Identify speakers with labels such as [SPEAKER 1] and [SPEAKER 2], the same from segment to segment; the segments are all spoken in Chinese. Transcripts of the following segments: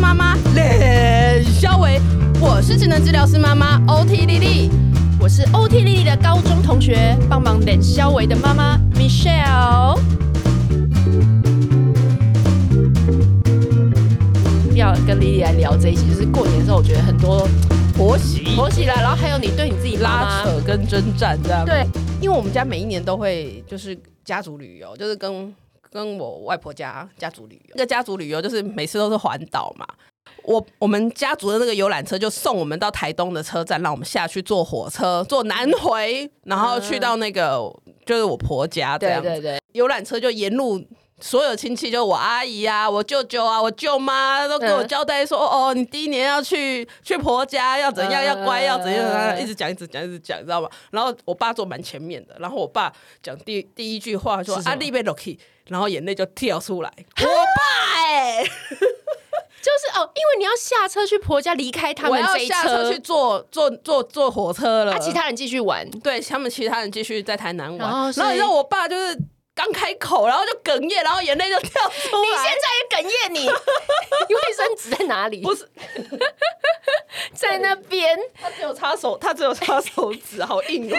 [SPEAKER 1] 妈妈冷肖维，我是职能治疗师妈妈 OT 丽丽，我是 OT 丽丽的高中同学，帮忙冷肖维的妈妈 Michelle。要跟丽丽来聊这一集，就是过年的时候，我觉得很多
[SPEAKER 2] 婆媳
[SPEAKER 1] 婆媳啦，然后还有你对你自己
[SPEAKER 2] 拉
[SPEAKER 1] 拉扯，
[SPEAKER 2] 扯跟征战这样。
[SPEAKER 1] 对，因为我们家每一年都会就是家族旅游，就是跟跟我外婆家家族旅游。那个家族旅游就是每次都是环岛嘛。我我们家族的那个游览车就送我们到台东的车站，让我们下去坐火车坐南回，然后去到那个、就是我婆家这样子。
[SPEAKER 2] 对，
[SPEAKER 1] 游览车就沿路所有亲戚，就我阿姨啊、我舅舅啊、我舅妈都跟我
[SPEAKER 2] 嗯
[SPEAKER 1] 交代说，哦，你第一年要去去婆家，要怎样，
[SPEAKER 2] 嗯
[SPEAKER 1] 要乖，要怎
[SPEAKER 2] 嗯
[SPEAKER 1] 样，
[SPEAKER 2] 嗯
[SPEAKER 1] 一直讲，一直讲，一直讲，你知道吗？然后我爸坐蛮前面的，然后我爸讲第第一句话说啊
[SPEAKER 2] 是什么
[SPEAKER 1] 阿丽被 Loki，然后眼泪就跳出来，我爸 哎、
[SPEAKER 3] 就是哦，因为你要下车去婆家离开他
[SPEAKER 1] 我
[SPEAKER 3] 们
[SPEAKER 1] 要
[SPEAKER 3] 这一
[SPEAKER 1] 下车去坐坐坐坐火车了，
[SPEAKER 3] 啊，其他人继续玩，
[SPEAKER 1] 对他们其他人继续在台南玩，
[SPEAKER 3] 然
[SPEAKER 1] 然
[SPEAKER 3] 后
[SPEAKER 1] 后
[SPEAKER 3] 所以
[SPEAKER 1] 你知道我爸就是。刚开口，然后就哽咽，然后眼泪就跳出来。
[SPEAKER 3] 你现在也哽咽 你，你卫生纸在哪里？
[SPEAKER 1] 不是，
[SPEAKER 3] 在那边。
[SPEAKER 1] 他只有擦手，他只有擦手指，好硬 哦。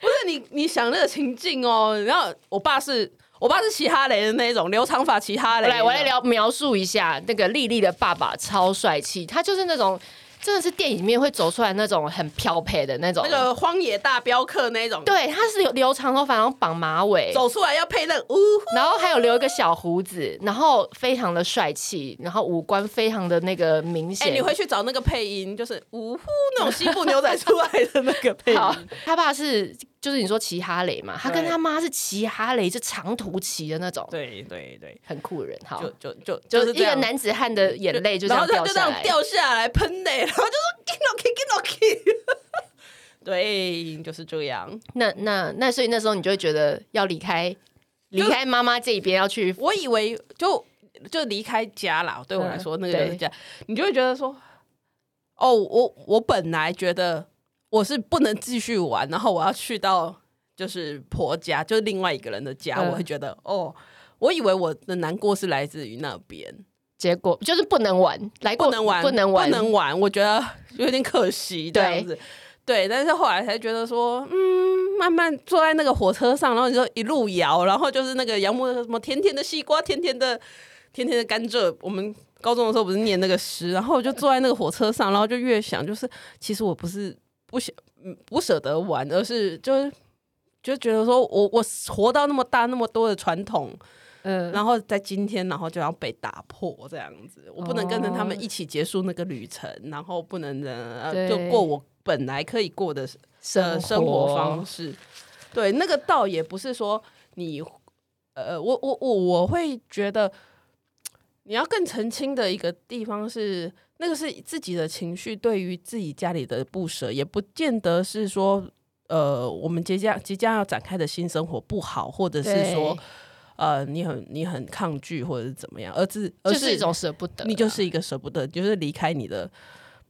[SPEAKER 1] 不是你，你想那个情境哦。然后我爸是，我爸是齐哈雷的那种，留长发齐哈雷。
[SPEAKER 3] 来，我来。聊描述一下那个丽丽的爸爸超帅气，他就是那种真的是电影里面会走出来那种很飘配的那种。
[SPEAKER 1] 那个荒野大镖客那种，
[SPEAKER 3] 对，他是有留长头发，然后绑马尾，
[SPEAKER 1] 走出来要配那个呜呼，
[SPEAKER 3] 然后还有留一个小胡子，然后非常的帅气，然后五官非常的那个明
[SPEAKER 1] 哎、
[SPEAKER 3] 显。
[SPEAKER 1] 你回去找那个配音，就是呜呼那种西部牛仔出来的那个配
[SPEAKER 3] 好
[SPEAKER 1] 音。，
[SPEAKER 3] 他爸是就是你说骑哈雷嘛，他跟
[SPEAKER 1] 对
[SPEAKER 3] 他妈是骑哈雷，是长途骑的那种，
[SPEAKER 1] 对对对，
[SPEAKER 3] 很酷的人。好
[SPEAKER 1] 就，就就
[SPEAKER 3] 就是
[SPEAKER 1] 是
[SPEAKER 3] 一
[SPEAKER 1] 这
[SPEAKER 3] 个
[SPEAKER 1] 样
[SPEAKER 3] 男子汉的眼泪就这样
[SPEAKER 1] 然后
[SPEAKER 3] 掉
[SPEAKER 1] 他就这
[SPEAKER 3] 下
[SPEAKER 1] 样
[SPEAKER 3] 来。
[SPEAKER 1] 掉下来喷泪， 然后就说 g i n o k i g i n o k 对，就是这样。
[SPEAKER 3] 那那那，所以那时候你就会觉得要离开。离
[SPEAKER 1] 就
[SPEAKER 3] 开妈妈这一边要去
[SPEAKER 1] 我以为就就离开家啦，对我来说、
[SPEAKER 3] 嗯
[SPEAKER 1] 那个就是家，你就会觉得说，哦，我我本来觉得我是不能继续玩，然后我要去到就是婆家，就是另外一个人的家，
[SPEAKER 3] 嗯
[SPEAKER 1] 我会觉得哦。我以为我的难过是来自于那边，
[SPEAKER 3] 结果就是不能玩，来过
[SPEAKER 1] 不能玩，
[SPEAKER 3] 不能玩，
[SPEAKER 1] 不能玩，我觉得有点可惜这样子。对，但是后来才觉得说，嗯，慢慢坐在那个火车上，然后你就一路摇，然后就是那个杨木什么甜甜的西瓜，甜甜的甜甜的甘蔗。我们高中的时候不是念那个诗，然后我就坐在那个火车上，然后就越想，就是其实我不是不想嗯不舍得玩，而是就是就觉得说我我活到那么大那么多的传统，
[SPEAKER 3] 嗯，
[SPEAKER 1] 然后在今天，然后就要被打破这样子，我不能跟着他们一起结束那个旅程，然后不能
[SPEAKER 3] 对
[SPEAKER 1] 呃，就过我本来可以过的
[SPEAKER 3] 生
[SPEAKER 1] 呃生活方式。对，那个倒也不是说你，呃，我我我我会觉得，你要更澄清的一个地方是，那个是自己的情绪对于自己家里的不舍，也不见得是说，呃，我们即将即将要展开的新生活不好，或者是说
[SPEAKER 3] 对。
[SPEAKER 1] 呃，你很你很抗拒或者是怎么样，而是而
[SPEAKER 3] 就是一种舍不得啊啦，
[SPEAKER 1] 你就是一个舍不得，就是离开你的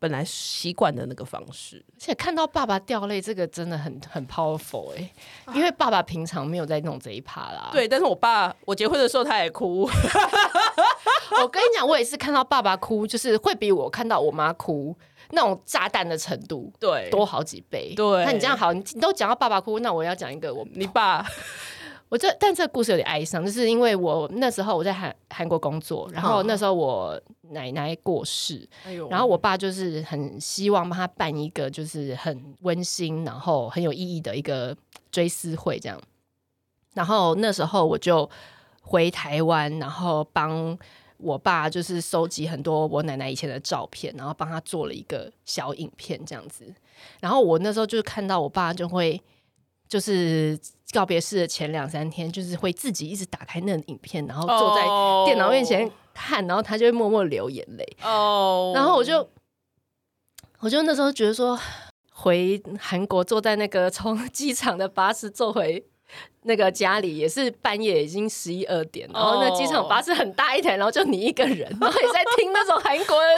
[SPEAKER 1] 本来习惯的那个方式。
[SPEAKER 3] 而且看到爸爸掉泪，这个真的很很 powerful 哎、因为爸爸平常没有在弄这一趴啦。，
[SPEAKER 1] 啊对，但是我爸，我结婚的时候他也 哭，
[SPEAKER 3] 我跟你讲，我也是看到爸爸哭，就是会比我看到我妈哭那种炸弹的程度
[SPEAKER 1] 对，
[SPEAKER 3] 多好几倍。
[SPEAKER 1] 对嗯
[SPEAKER 3] 那你这样好，你你都讲到爸爸哭，那我要讲一个我
[SPEAKER 1] 你爸，
[SPEAKER 3] 我这但这个故事有点哀伤，就是因为我那时候我在韩韩国工作，然后
[SPEAKER 1] 嗯
[SPEAKER 3] 那时候我奶奶过世，
[SPEAKER 1] 哎呦
[SPEAKER 3] 然后我爸就是很希望帮他办一个就是很温馨，然后很有意义的一个追思会这样。然后那时候我就回台湾，然后帮我爸就是收集很多我奶奶以前的照片，然后帮他做了一个小影片这样子。然后我那时候就看到我爸就会就是告别式的前两三天，就是会自己一直打开那影片，然后坐在电脑面前看，然后他就会默默流眼泪。
[SPEAKER 1] 哦，
[SPEAKER 3] 然后我就，我就那 时候觉得说，回韩国坐在那个从机场的巴士坐回那个家里也是半夜已经十一二点，然后那
[SPEAKER 1] 哦
[SPEAKER 3] 机场巴士很大一台，然后就你一个人，然后你在听那种韩国的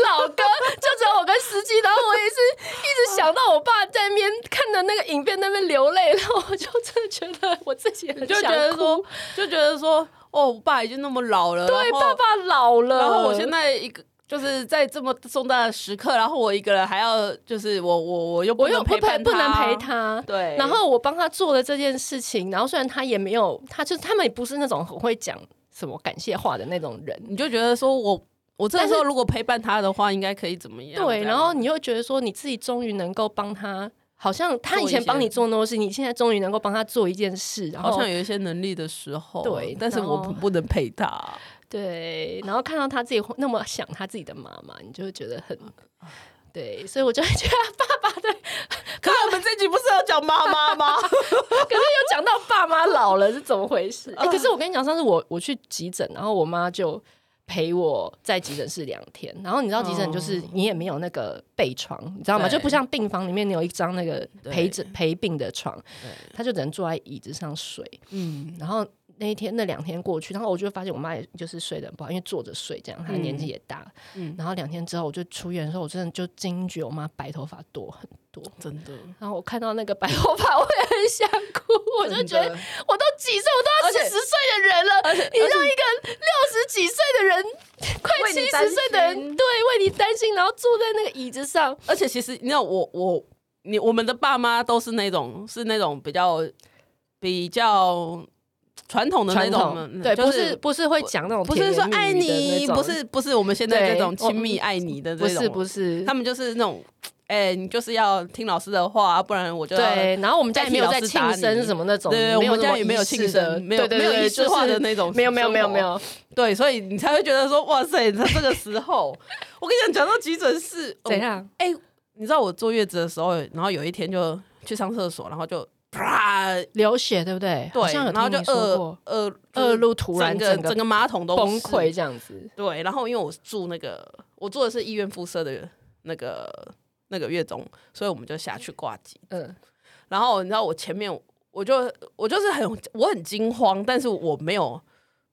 [SPEAKER 3] 老歌，就只有我跟司机，然后我也是一直想到我爸在那边看的那个影片，那边流泪，然后我就真的觉得我自己很
[SPEAKER 1] 就
[SPEAKER 3] 想
[SPEAKER 1] 觉得
[SPEAKER 3] 哭
[SPEAKER 1] 说，就觉得说，哦，我爸已经那么老了，
[SPEAKER 3] 对，
[SPEAKER 1] 然后
[SPEAKER 3] 爸爸老了，
[SPEAKER 1] 哦然后我现在一个就是在这么重大的时刻，然后我一个人还要就是我我我又不
[SPEAKER 3] 我又
[SPEAKER 1] 能
[SPEAKER 3] 不
[SPEAKER 1] 陪
[SPEAKER 3] 陪
[SPEAKER 1] 伴
[SPEAKER 3] 不能陪，他，
[SPEAKER 1] 对，
[SPEAKER 3] 然后我帮他做了这件事情，然后虽然他也没有，他就是他们也不是那种很会讲什么感谢话的那种人，
[SPEAKER 1] 你就觉得说我我这个
[SPEAKER 3] 但
[SPEAKER 1] 时
[SPEAKER 3] 是
[SPEAKER 1] 候如果陪伴他的话，应该可以怎么样？
[SPEAKER 3] 对，
[SPEAKER 1] 这
[SPEAKER 3] 然
[SPEAKER 1] 样
[SPEAKER 3] 后你又觉得说你自己终于能够帮他，好像他以
[SPEAKER 1] 做一
[SPEAKER 3] 前
[SPEAKER 1] 些
[SPEAKER 3] 帮你做那么多事，你现在终于能够帮他做一件事，然后
[SPEAKER 1] 好像有一些能力的时候，
[SPEAKER 3] 哦对
[SPEAKER 1] 但是
[SPEAKER 3] 然
[SPEAKER 1] 我
[SPEAKER 3] 后
[SPEAKER 1] 不不能陪他，
[SPEAKER 3] 对，然后看到他自己那么想他自己的妈妈，你就会觉得很。
[SPEAKER 1] 啊
[SPEAKER 3] 对，所以我就会觉得
[SPEAKER 1] 可是我们这集不是要讲妈妈吗？
[SPEAKER 3] 又讲到爸妈老了是怎么回事？哎可是我跟你讲，上次我我去急诊，然后我妈就陪我在急诊室两天。然后你知道急诊就是你也没有那个备床，你知道吗？
[SPEAKER 1] 对
[SPEAKER 3] 就不像病房里面你有一张那个陪
[SPEAKER 1] 对
[SPEAKER 3] 诊陪病的床，她就只能坐在椅子上睡。
[SPEAKER 1] 嗯，
[SPEAKER 3] 然后那一天那两天过去，然后我就发现我妈也就是睡得很不好，因为坐着睡这样，她年纪也大了。
[SPEAKER 1] 嗯
[SPEAKER 3] 然后两天之后，我就出院的时候，我真的就惊觉我妈白头发多很多。
[SPEAKER 1] 真的，
[SPEAKER 3] 然后我看到那个白头发，我也很想哭，我就觉
[SPEAKER 1] 真
[SPEAKER 3] 得
[SPEAKER 1] 的
[SPEAKER 3] 我都几岁，我
[SPEAKER 1] 而
[SPEAKER 3] 都
[SPEAKER 1] 且
[SPEAKER 3] 要四十岁的人了，
[SPEAKER 1] 而且
[SPEAKER 3] 你让一个六十几岁的 人，快
[SPEAKER 1] 为
[SPEAKER 3] 七
[SPEAKER 1] 你
[SPEAKER 3] 十
[SPEAKER 1] 担
[SPEAKER 3] 岁的人，
[SPEAKER 1] 心
[SPEAKER 3] 对，为你担心，然后坐在那个椅子上，
[SPEAKER 1] 而且其实你知道我我你我们的爸妈都是那种是那种比较比较传统的那
[SPEAKER 3] 传
[SPEAKER 1] 种
[SPEAKER 3] 统
[SPEAKER 1] 嘛，
[SPEAKER 3] 对，
[SPEAKER 1] 就
[SPEAKER 3] 不是不是会讲那种
[SPEAKER 1] 不是说爱
[SPEAKER 3] 甜言蜜语的那
[SPEAKER 1] 你，
[SPEAKER 3] 种
[SPEAKER 1] 不是不是我们现在
[SPEAKER 3] 对
[SPEAKER 1] 这种
[SPEAKER 3] 我
[SPEAKER 1] 亲密爱你的
[SPEAKER 3] 不
[SPEAKER 1] 这种，
[SPEAKER 3] 是不是
[SPEAKER 1] 他，们就是那种，哎、你就是要听老师的话，不然我就要
[SPEAKER 3] 对，啊然后我们家也没有在庆生什么那种，
[SPEAKER 1] 对，我
[SPEAKER 3] 没有
[SPEAKER 1] 们
[SPEAKER 3] 什
[SPEAKER 1] 家
[SPEAKER 3] 么
[SPEAKER 1] 也没有
[SPEAKER 3] 仪式
[SPEAKER 1] 庆
[SPEAKER 3] 的
[SPEAKER 1] 生，没有
[SPEAKER 3] 对对
[SPEAKER 1] 没
[SPEAKER 3] 对
[SPEAKER 1] 有仪式化
[SPEAKER 3] 就
[SPEAKER 1] 的
[SPEAKER 3] 是
[SPEAKER 1] 那种，
[SPEAKER 3] 没有没有没有没，有，
[SPEAKER 1] 对，所以你才会觉得说，哇塞，他这个时候，我跟你讲，讲到急诊室，
[SPEAKER 3] 怎
[SPEAKER 1] 哦
[SPEAKER 3] 样？
[SPEAKER 1] 哎、你知道我坐月子的时候，然后有一天就去上厕所，然后就啪，
[SPEAKER 3] 流血对不对？好
[SPEAKER 1] 对，
[SPEAKER 3] 像有
[SPEAKER 1] 然后就
[SPEAKER 3] 听你说
[SPEAKER 1] 二
[SPEAKER 3] 过
[SPEAKER 1] 二
[SPEAKER 3] 二路突然
[SPEAKER 1] 整个
[SPEAKER 3] 整
[SPEAKER 1] 整
[SPEAKER 3] 个
[SPEAKER 1] 个马桶都
[SPEAKER 3] 崩
[SPEAKER 1] 是
[SPEAKER 3] 溃这样子，
[SPEAKER 1] 对，然后因为我住那个，我住的是医院附设的那个那个月中，所以我们就下去挂机。
[SPEAKER 3] 嗯，
[SPEAKER 1] 然后你知道我前面，我就我就是很我很惊慌，但是我没有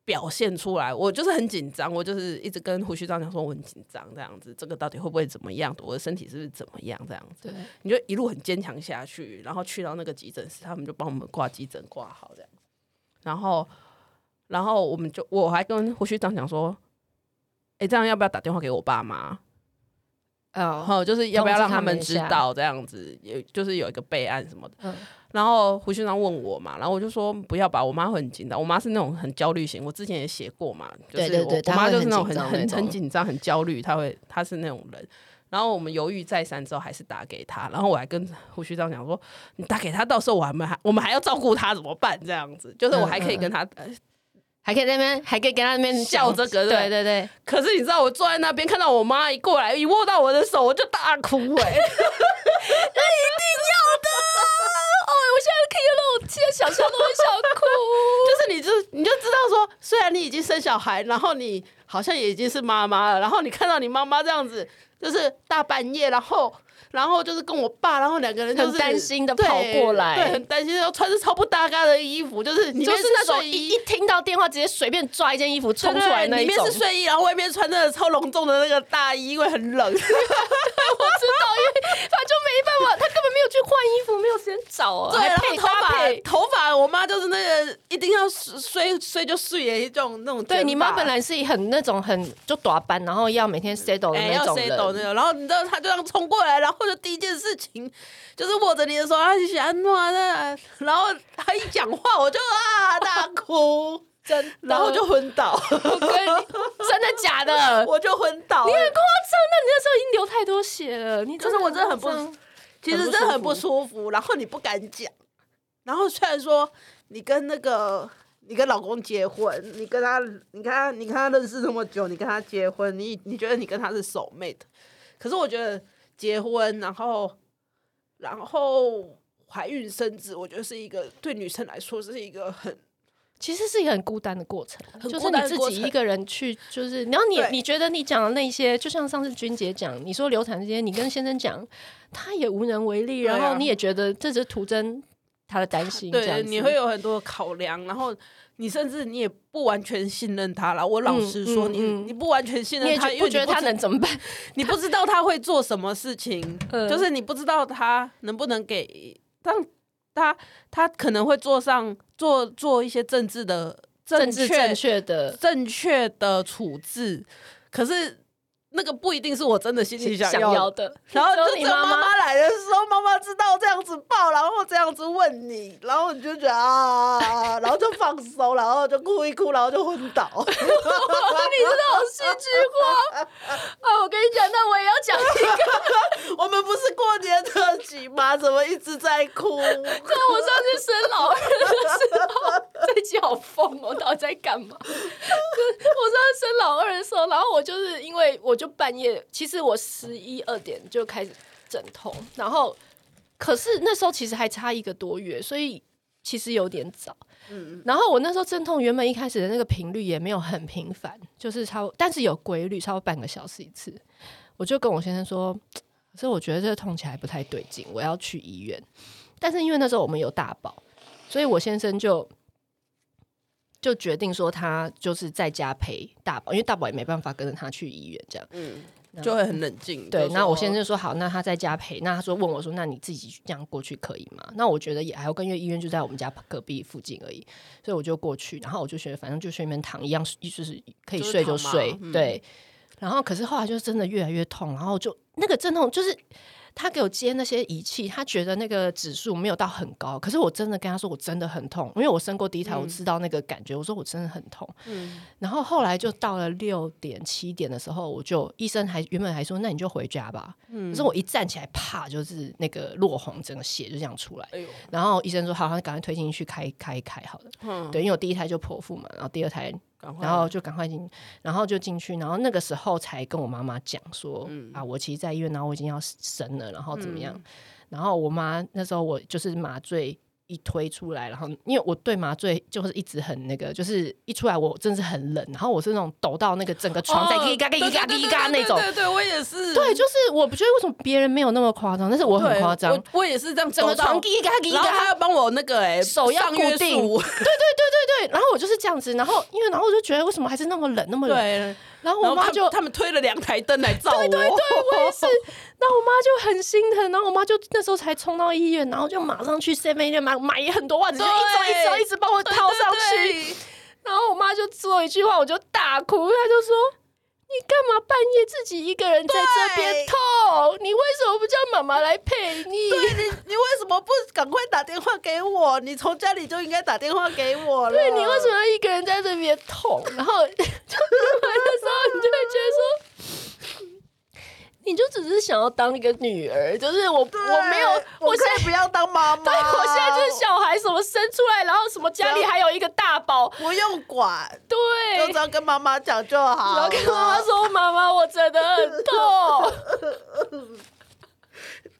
[SPEAKER 1] 表现出来，我就是很紧张，我就是一直跟胡须章讲说我很紧张，这样子，这个到底会不会怎么样？我的身体是不是怎么样？这样子，
[SPEAKER 3] 对，
[SPEAKER 1] 你就一路很坚强下去，然后去到那个急诊室，他们就帮我们挂急诊挂好这样。然后，然后我们就我还跟胡须长讲说，哎、这样要不要打电话给我爸妈？然
[SPEAKER 3] 哦，
[SPEAKER 1] 后就是要不要
[SPEAKER 3] 通知
[SPEAKER 1] 让
[SPEAKER 3] 他们一
[SPEAKER 1] 们知
[SPEAKER 3] 下
[SPEAKER 1] 道这样子，也就是有一个备案什么的。
[SPEAKER 3] 嗯
[SPEAKER 1] 然后胡须长问我嘛，然后我就说不要吧，我妈会很紧张，我妈是那种很焦虑型，我之前也写过嘛，就是
[SPEAKER 3] 对
[SPEAKER 1] 我
[SPEAKER 3] 对对
[SPEAKER 1] 我
[SPEAKER 3] 她
[SPEAKER 1] 妈
[SPEAKER 3] 会
[SPEAKER 1] 就是那种
[SPEAKER 3] 很紧张那
[SPEAKER 1] 很很
[SPEAKER 3] 种
[SPEAKER 1] 很紧张、很焦虑，她会她是那种人。然后我们犹豫再三之后，还是打给她，然后我还跟胡须长讲说，你打给她，到时候我还没还我们还要照顾她怎么办？这样子，就是我还可以跟她、呃
[SPEAKER 3] 还可以在那边，还可以跟他那边
[SPEAKER 1] 笑
[SPEAKER 3] 讲
[SPEAKER 1] 这个，
[SPEAKER 3] 对对对，
[SPEAKER 1] 可是你知道，我坐在那边看到我妈一过来，一握到我的手，我就大哭哎、
[SPEAKER 3] 哦，我现在可以让我现在想象都会想 哭，
[SPEAKER 1] 就是你就你就知道说，虽然你已经生小孩，然后你好像也已经是妈妈了，然后你看到你妈妈这样子，就是大半夜，然后然后就是跟我爸，然后两个人就是
[SPEAKER 3] 很担心地
[SPEAKER 1] 对
[SPEAKER 3] 跑过来
[SPEAKER 1] 对，很担心，然后穿着超不搭嘎的衣服，就是里
[SPEAKER 3] 就
[SPEAKER 1] 面
[SPEAKER 3] 是那种
[SPEAKER 1] 睡
[SPEAKER 3] 一
[SPEAKER 1] 衣。
[SPEAKER 3] 一听到电话直接随便抓一件衣服冲
[SPEAKER 1] 对
[SPEAKER 3] 出来那
[SPEAKER 1] 对
[SPEAKER 3] 一
[SPEAKER 1] 里面
[SPEAKER 3] 种，
[SPEAKER 1] 是睡衣，然后外面穿着超隆重的那个大衣，因为 很冷。
[SPEAKER 3] 我知道，因为他就没办法，他根本没有去换衣服，没有时间找啊，
[SPEAKER 1] 对，
[SPEAKER 3] 还
[SPEAKER 1] 然后
[SPEAKER 3] 配
[SPEAKER 1] 头
[SPEAKER 3] 搭
[SPEAKER 1] 发
[SPEAKER 3] 配。
[SPEAKER 1] 头发，我妈就是那个一定要睡睡就睡的一种那种卷发。
[SPEAKER 3] 对你妈本来是很那种很就短班，然后要每天 settle 的
[SPEAKER 1] 哎、
[SPEAKER 3] 那
[SPEAKER 1] 要
[SPEAKER 3] 种
[SPEAKER 1] 谁懂
[SPEAKER 3] 人，
[SPEAKER 1] 那种？然后你知道他就这样冲过来，然后就第一件事情就是握着你的手，他就想弄啊那，然后他一讲话我就啊大哭，
[SPEAKER 3] 真的
[SPEAKER 1] 然后就昏倒，
[SPEAKER 3] 我跟你真的假的？
[SPEAKER 1] 我就昏倒
[SPEAKER 3] 你
[SPEAKER 1] 了。
[SPEAKER 3] 很夸张，那你那时候已经流太多血了，你
[SPEAKER 1] 可是我真的很不
[SPEAKER 3] 夸张
[SPEAKER 1] 其实真的很不舒服，然后你不敢讲，然后虽然说你跟那个。你跟老公结婚，你跟他，你跟他，你跟他认识那么久，你跟他结婚，你你觉得你跟他是 soul mate，可是我觉得结婚，然后然后怀孕生子，我觉得是一个对女生来说是一个很
[SPEAKER 3] 其实是一个很孤单的过程，
[SPEAKER 1] 很
[SPEAKER 3] 就
[SPEAKER 1] 孤
[SPEAKER 3] 是
[SPEAKER 1] 单
[SPEAKER 3] 你
[SPEAKER 1] 的
[SPEAKER 3] 自
[SPEAKER 1] 过
[SPEAKER 3] 己
[SPEAKER 1] 程
[SPEAKER 3] 一个人去，就是然后你
[SPEAKER 1] 对
[SPEAKER 3] 你觉得你讲的那些，就像上次君姐讲，你说流产这些，你跟先生讲，他也无能为力，
[SPEAKER 1] 对啊
[SPEAKER 3] 然后你也觉得这只是徒增他的担心，这样
[SPEAKER 1] 对，
[SPEAKER 3] 子
[SPEAKER 1] 你会有很多考量，然后你甚至你也不完全信任他了。我老
[SPEAKER 3] 嗯
[SPEAKER 1] 实说，
[SPEAKER 3] 嗯
[SPEAKER 1] 你
[SPEAKER 3] 嗯
[SPEAKER 1] 你不完全信
[SPEAKER 3] 你
[SPEAKER 1] 任
[SPEAKER 3] 也
[SPEAKER 1] 他，
[SPEAKER 3] 觉
[SPEAKER 1] 因
[SPEAKER 3] 不
[SPEAKER 1] 为
[SPEAKER 3] 觉得
[SPEAKER 1] 你
[SPEAKER 3] 他
[SPEAKER 1] 知
[SPEAKER 3] 能怎么办？
[SPEAKER 1] 你不知道他会做什么事情，
[SPEAKER 3] 嗯
[SPEAKER 1] 就是你不知道他能不能给让他他可能会做上做做一些政治的
[SPEAKER 3] 政治
[SPEAKER 1] 确
[SPEAKER 3] 正确的
[SPEAKER 1] 正确的处置，可是那个不一定是我真的心里想
[SPEAKER 3] 想
[SPEAKER 1] 要的。
[SPEAKER 3] 要的，
[SPEAKER 1] 然后
[SPEAKER 3] 只有
[SPEAKER 1] 就
[SPEAKER 3] 你
[SPEAKER 1] 只有
[SPEAKER 3] 妈妈
[SPEAKER 1] 妈来的时候，妈妈知道这样子抱，然后这样子问你，然后你就觉得啊，然后就放松，然后就哭一哭，然后就昏倒。
[SPEAKER 3] 你真的好戏剧化 啊！我跟你讲，那我也要讲一个。
[SPEAKER 1] 我们不是过年特辑吗？怎么一直在哭？
[SPEAKER 3] 啊那我上次生老人的时候，这集好疯哦！到底在干嘛？ 就是我上次生老二的时候，然后我就是因为我就半夜，其实我十一二点就开始阵痛，然后可是那时候其实还差一个多月，所以其实有点早。
[SPEAKER 1] 嗯，
[SPEAKER 3] 然后我那时候阵痛原本一开始的那个频率也没有很频繁，就是超，但是有规律，超过半个小时一次。我就跟我先生说，可是我觉得这个痛起来不太对劲，我要去医院。但是因为那时候我们有大宝，所以我先生就就决定说他就是在家陪大宝，因为大宝也没办法跟着他去医院这样。
[SPEAKER 1] 就会很冷静。
[SPEAKER 3] 对，
[SPEAKER 1] 就说哦
[SPEAKER 3] 那我先生就说好，那他在家陪，那他说问我说，那你自己这样过去可以吗？那我觉得也还好，跟因为医院就在我们家隔壁附近而已，所以我就过去，然后我就觉得反正就去那边躺一样，就是可以
[SPEAKER 1] 就是
[SPEAKER 3] 睡就
[SPEAKER 1] 躺嘛
[SPEAKER 3] 睡，
[SPEAKER 1] 嗯
[SPEAKER 3] 对。然后可是后来就真的越来越痛，然后就那个阵痛就是。他给我接那些仪器，他觉得那个指数没有到很高，可是我真的跟他说我真的很痛，因为我生过第一胎，
[SPEAKER 1] 嗯
[SPEAKER 3] 我知道那个感觉，我说我真的很痛，然后后来就到了六点七点的时候，我就医生还原本还说那你就回家吧，可是我一站起来，啪就是那个落红，整个血就这样出来。
[SPEAKER 1] 哎呦，
[SPEAKER 3] 然后医生说好，那赶快推进去开开开好了。
[SPEAKER 1] 嗯，
[SPEAKER 3] 对，因为我第一胎就剖腹嘛，然后第二胎，
[SPEAKER 1] 赶快
[SPEAKER 3] 然后就赶快进，然后就进去，然后那个时候才跟我妈妈讲说、
[SPEAKER 1] 嗯
[SPEAKER 3] 啊，我其实在医院，然后我已经要生了，然后怎么样？然后我妈那时候我就是麻醉一推出来，然后因为我对麻醉就是一直很那个，就是一出来我真是很冷，然后我是那种抖到那个整个床在
[SPEAKER 1] 哦
[SPEAKER 3] 叽嘎嘎
[SPEAKER 1] 对
[SPEAKER 3] 叽嘎
[SPEAKER 1] 对对
[SPEAKER 3] 叽嘎那种
[SPEAKER 1] 对。对对，对我也是，
[SPEAKER 3] 对，就是我不觉得为什么别人没有那么夸张，但是我很
[SPEAKER 1] 对
[SPEAKER 3] 夸张，
[SPEAKER 1] 我我也是这样
[SPEAKER 3] 整
[SPEAKER 1] 走
[SPEAKER 3] 个
[SPEAKER 1] 到
[SPEAKER 3] 床。叽嘎叽
[SPEAKER 1] 然后
[SPEAKER 3] 嘎
[SPEAKER 1] 他，要帮我那个哎，
[SPEAKER 3] 手要
[SPEAKER 1] 上约
[SPEAKER 3] 固定
[SPEAKER 1] 束
[SPEAKER 3] 对对对对，然后我就是这样子，然后因为然后我就觉得为什么还是那么冷那么冷，
[SPEAKER 1] 对，
[SPEAKER 3] 然后我
[SPEAKER 1] 然后
[SPEAKER 3] 妈
[SPEAKER 1] 他
[SPEAKER 3] 就
[SPEAKER 1] 他们推了两台灯来照我，对对
[SPEAKER 3] 对我也 是。然后我妈就很心疼，然后我妈就那时候才冲到医院，然后就马上去 Seven 买买很多袜子，就一张一张一直帮我套上去。
[SPEAKER 1] 去。
[SPEAKER 3] 然后我妈就说一句话，我就大哭，她就说。你干嘛半夜自己一个人在这边
[SPEAKER 1] 对
[SPEAKER 3] 痛？你为什么不叫妈妈来陪你？
[SPEAKER 1] 对啊你，你为什么不赶快打电话给我？你从家里就应该打电话给我了。
[SPEAKER 3] 对你为什么要一个人在这边痛？然后 就是玩的时候，你就会觉得说，你就只是想要当一个女儿，就是我
[SPEAKER 1] 对？
[SPEAKER 3] 我没有，
[SPEAKER 1] 我
[SPEAKER 3] 我
[SPEAKER 1] 可
[SPEAKER 3] 现在
[SPEAKER 1] 以不要当妈妈。
[SPEAKER 3] 对，我现在就是小孩，什么生出来，然后什么家里还有一个大宝，
[SPEAKER 1] 不用管，
[SPEAKER 3] 对，
[SPEAKER 1] 就只要跟妈妈讲就好。
[SPEAKER 3] 哎然后跟妈妈，说：“妈妈，我真的很 痛。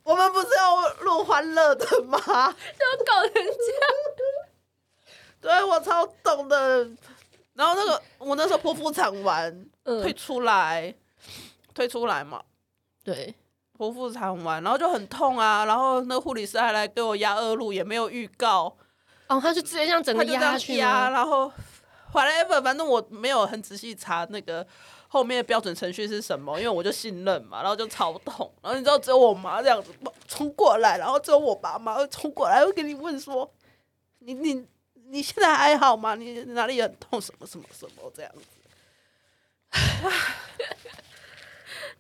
[SPEAKER 1] 我们不是要录欢乐的吗？”
[SPEAKER 3] 就搞成这样，
[SPEAKER 1] 对我超懂的。然后那个我那时候剖腹产完退
[SPEAKER 3] 嗯，
[SPEAKER 1] 出来，退出来嘛，
[SPEAKER 3] 对，
[SPEAKER 1] 剖腹产完，然后就很痛啊。然后那个护理师还来给我压二路，也没有预告。
[SPEAKER 3] 哦，他就直接这样整
[SPEAKER 1] 他
[SPEAKER 3] 个
[SPEAKER 1] 就
[SPEAKER 3] 压下去
[SPEAKER 1] 这样
[SPEAKER 3] 吗？
[SPEAKER 1] 压，然后 whatever，反正我没有很仔细查那个后面的标准程序是什么，因为我就信任嘛，然后就超痛，然后你知道只有我妈这样子冲过来，然后只有我爸妈会冲过来，会跟你问说，你你你现在还好吗？你哪里很痛？什么什么什么这样子。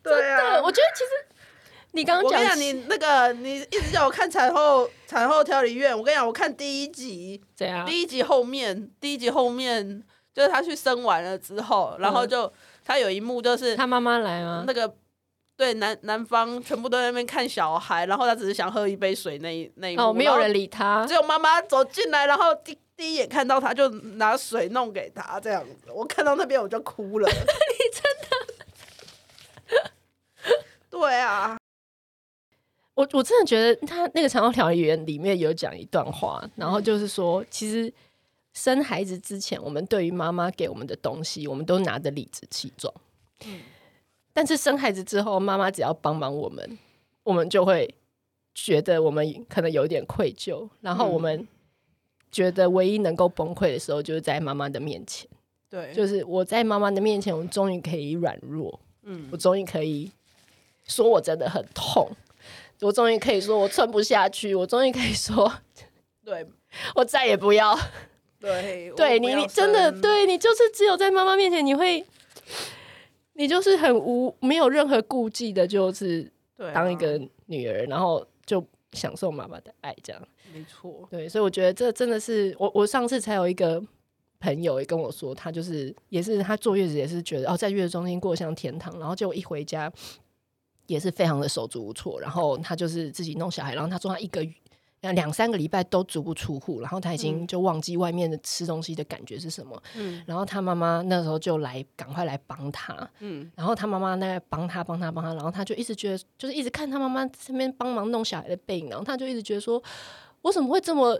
[SPEAKER 1] 对啊
[SPEAKER 3] 对，，我觉得其实你刚
[SPEAKER 1] 我
[SPEAKER 3] 刚
[SPEAKER 1] 跟你
[SPEAKER 3] 讲
[SPEAKER 1] 讲，你那个你一直叫我看产后产后调理院，我跟你讲，我看第一集，
[SPEAKER 3] 怎样？
[SPEAKER 1] 第一集后面，第一集后面就是他去生完了之后，然后就、他有一幕就是
[SPEAKER 3] 嗯他妈妈来吗？
[SPEAKER 1] 那个对男男方全部都在那边看小孩，然后他只是想喝一杯水那一那一幕，
[SPEAKER 3] 哦，没有
[SPEAKER 1] 然后
[SPEAKER 3] 人理他
[SPEAKER 1] 只。有妈妈走进来，然后第第一眼看到他就拿水弄给他这样子，我看到那边我就 哭了，你真的。 对啊，
[SPEAKER 3] 我我真的觉得他那个长照调理员里面有讲一段话，然后就是说，其实生孩子之前，我们对于妈妈给我们的东西，我们都拿得理直气壮。但是生孩子之后，妈妈只要帮忙我们，我们就会觉得我们可能有一点愧疚，然后我们觉得唯一能够崩溃的时候，就是在妈妈的面前。
[SPEAKER 1] 对，
[SPEAKER 3] 就是我在妈妈的面前，我终于可以软弱，嗯，我终于可以说我真的很痛，我终于可以说我撑不下去，我终于可以说
[SPEAKER 1] 对
[SPEAKER 3] 我再也不要。
[SPEAKER 1] 对
[SPEAKER 3] 对
[SPEAKER 1] 我
[SPEAKER 3] 你，
[SPEAKER 1] 不要
[SPEAKER 3] 你真的
[SPEAKER 1] 生
[SPEAKER 3] 对你就是只有在妈妈面前，你会，你就是很无没有任何顾忌的，就是
[SPEAKER 1] 对啊
[SPEAKER 3] 当一个女儿，然后就享受妈妈的爱，这样。
[SPEAKER 1] 没错，
[SPEAKER 3] 对，所以我觉得这真的是我，我上次才有一个朋友也跟我说，他就是也是他坐月子也是觉得哦，在月子中心过得像天堂，然后结果一回家也是非常的手足无措，然后他就是自己弄小孩，然后他说他一个月呃两三个礼拜都足不出户，然后他已经就忘记外面的吃东西的感觉是什么，
[SPEAKER 1] 嗯
[SPEAKER 3] 然后他妈妈那时候就来赶快来帮他，
[SPEAKER 1] 嗯，
[SPEAKER 3] 然后他妈妈那帮他帮他帮他，然后他就一直觉得，就是一直看他妈妈身边帮忙弄小孩的背影，然后他就一直觉得说，我怎么会这么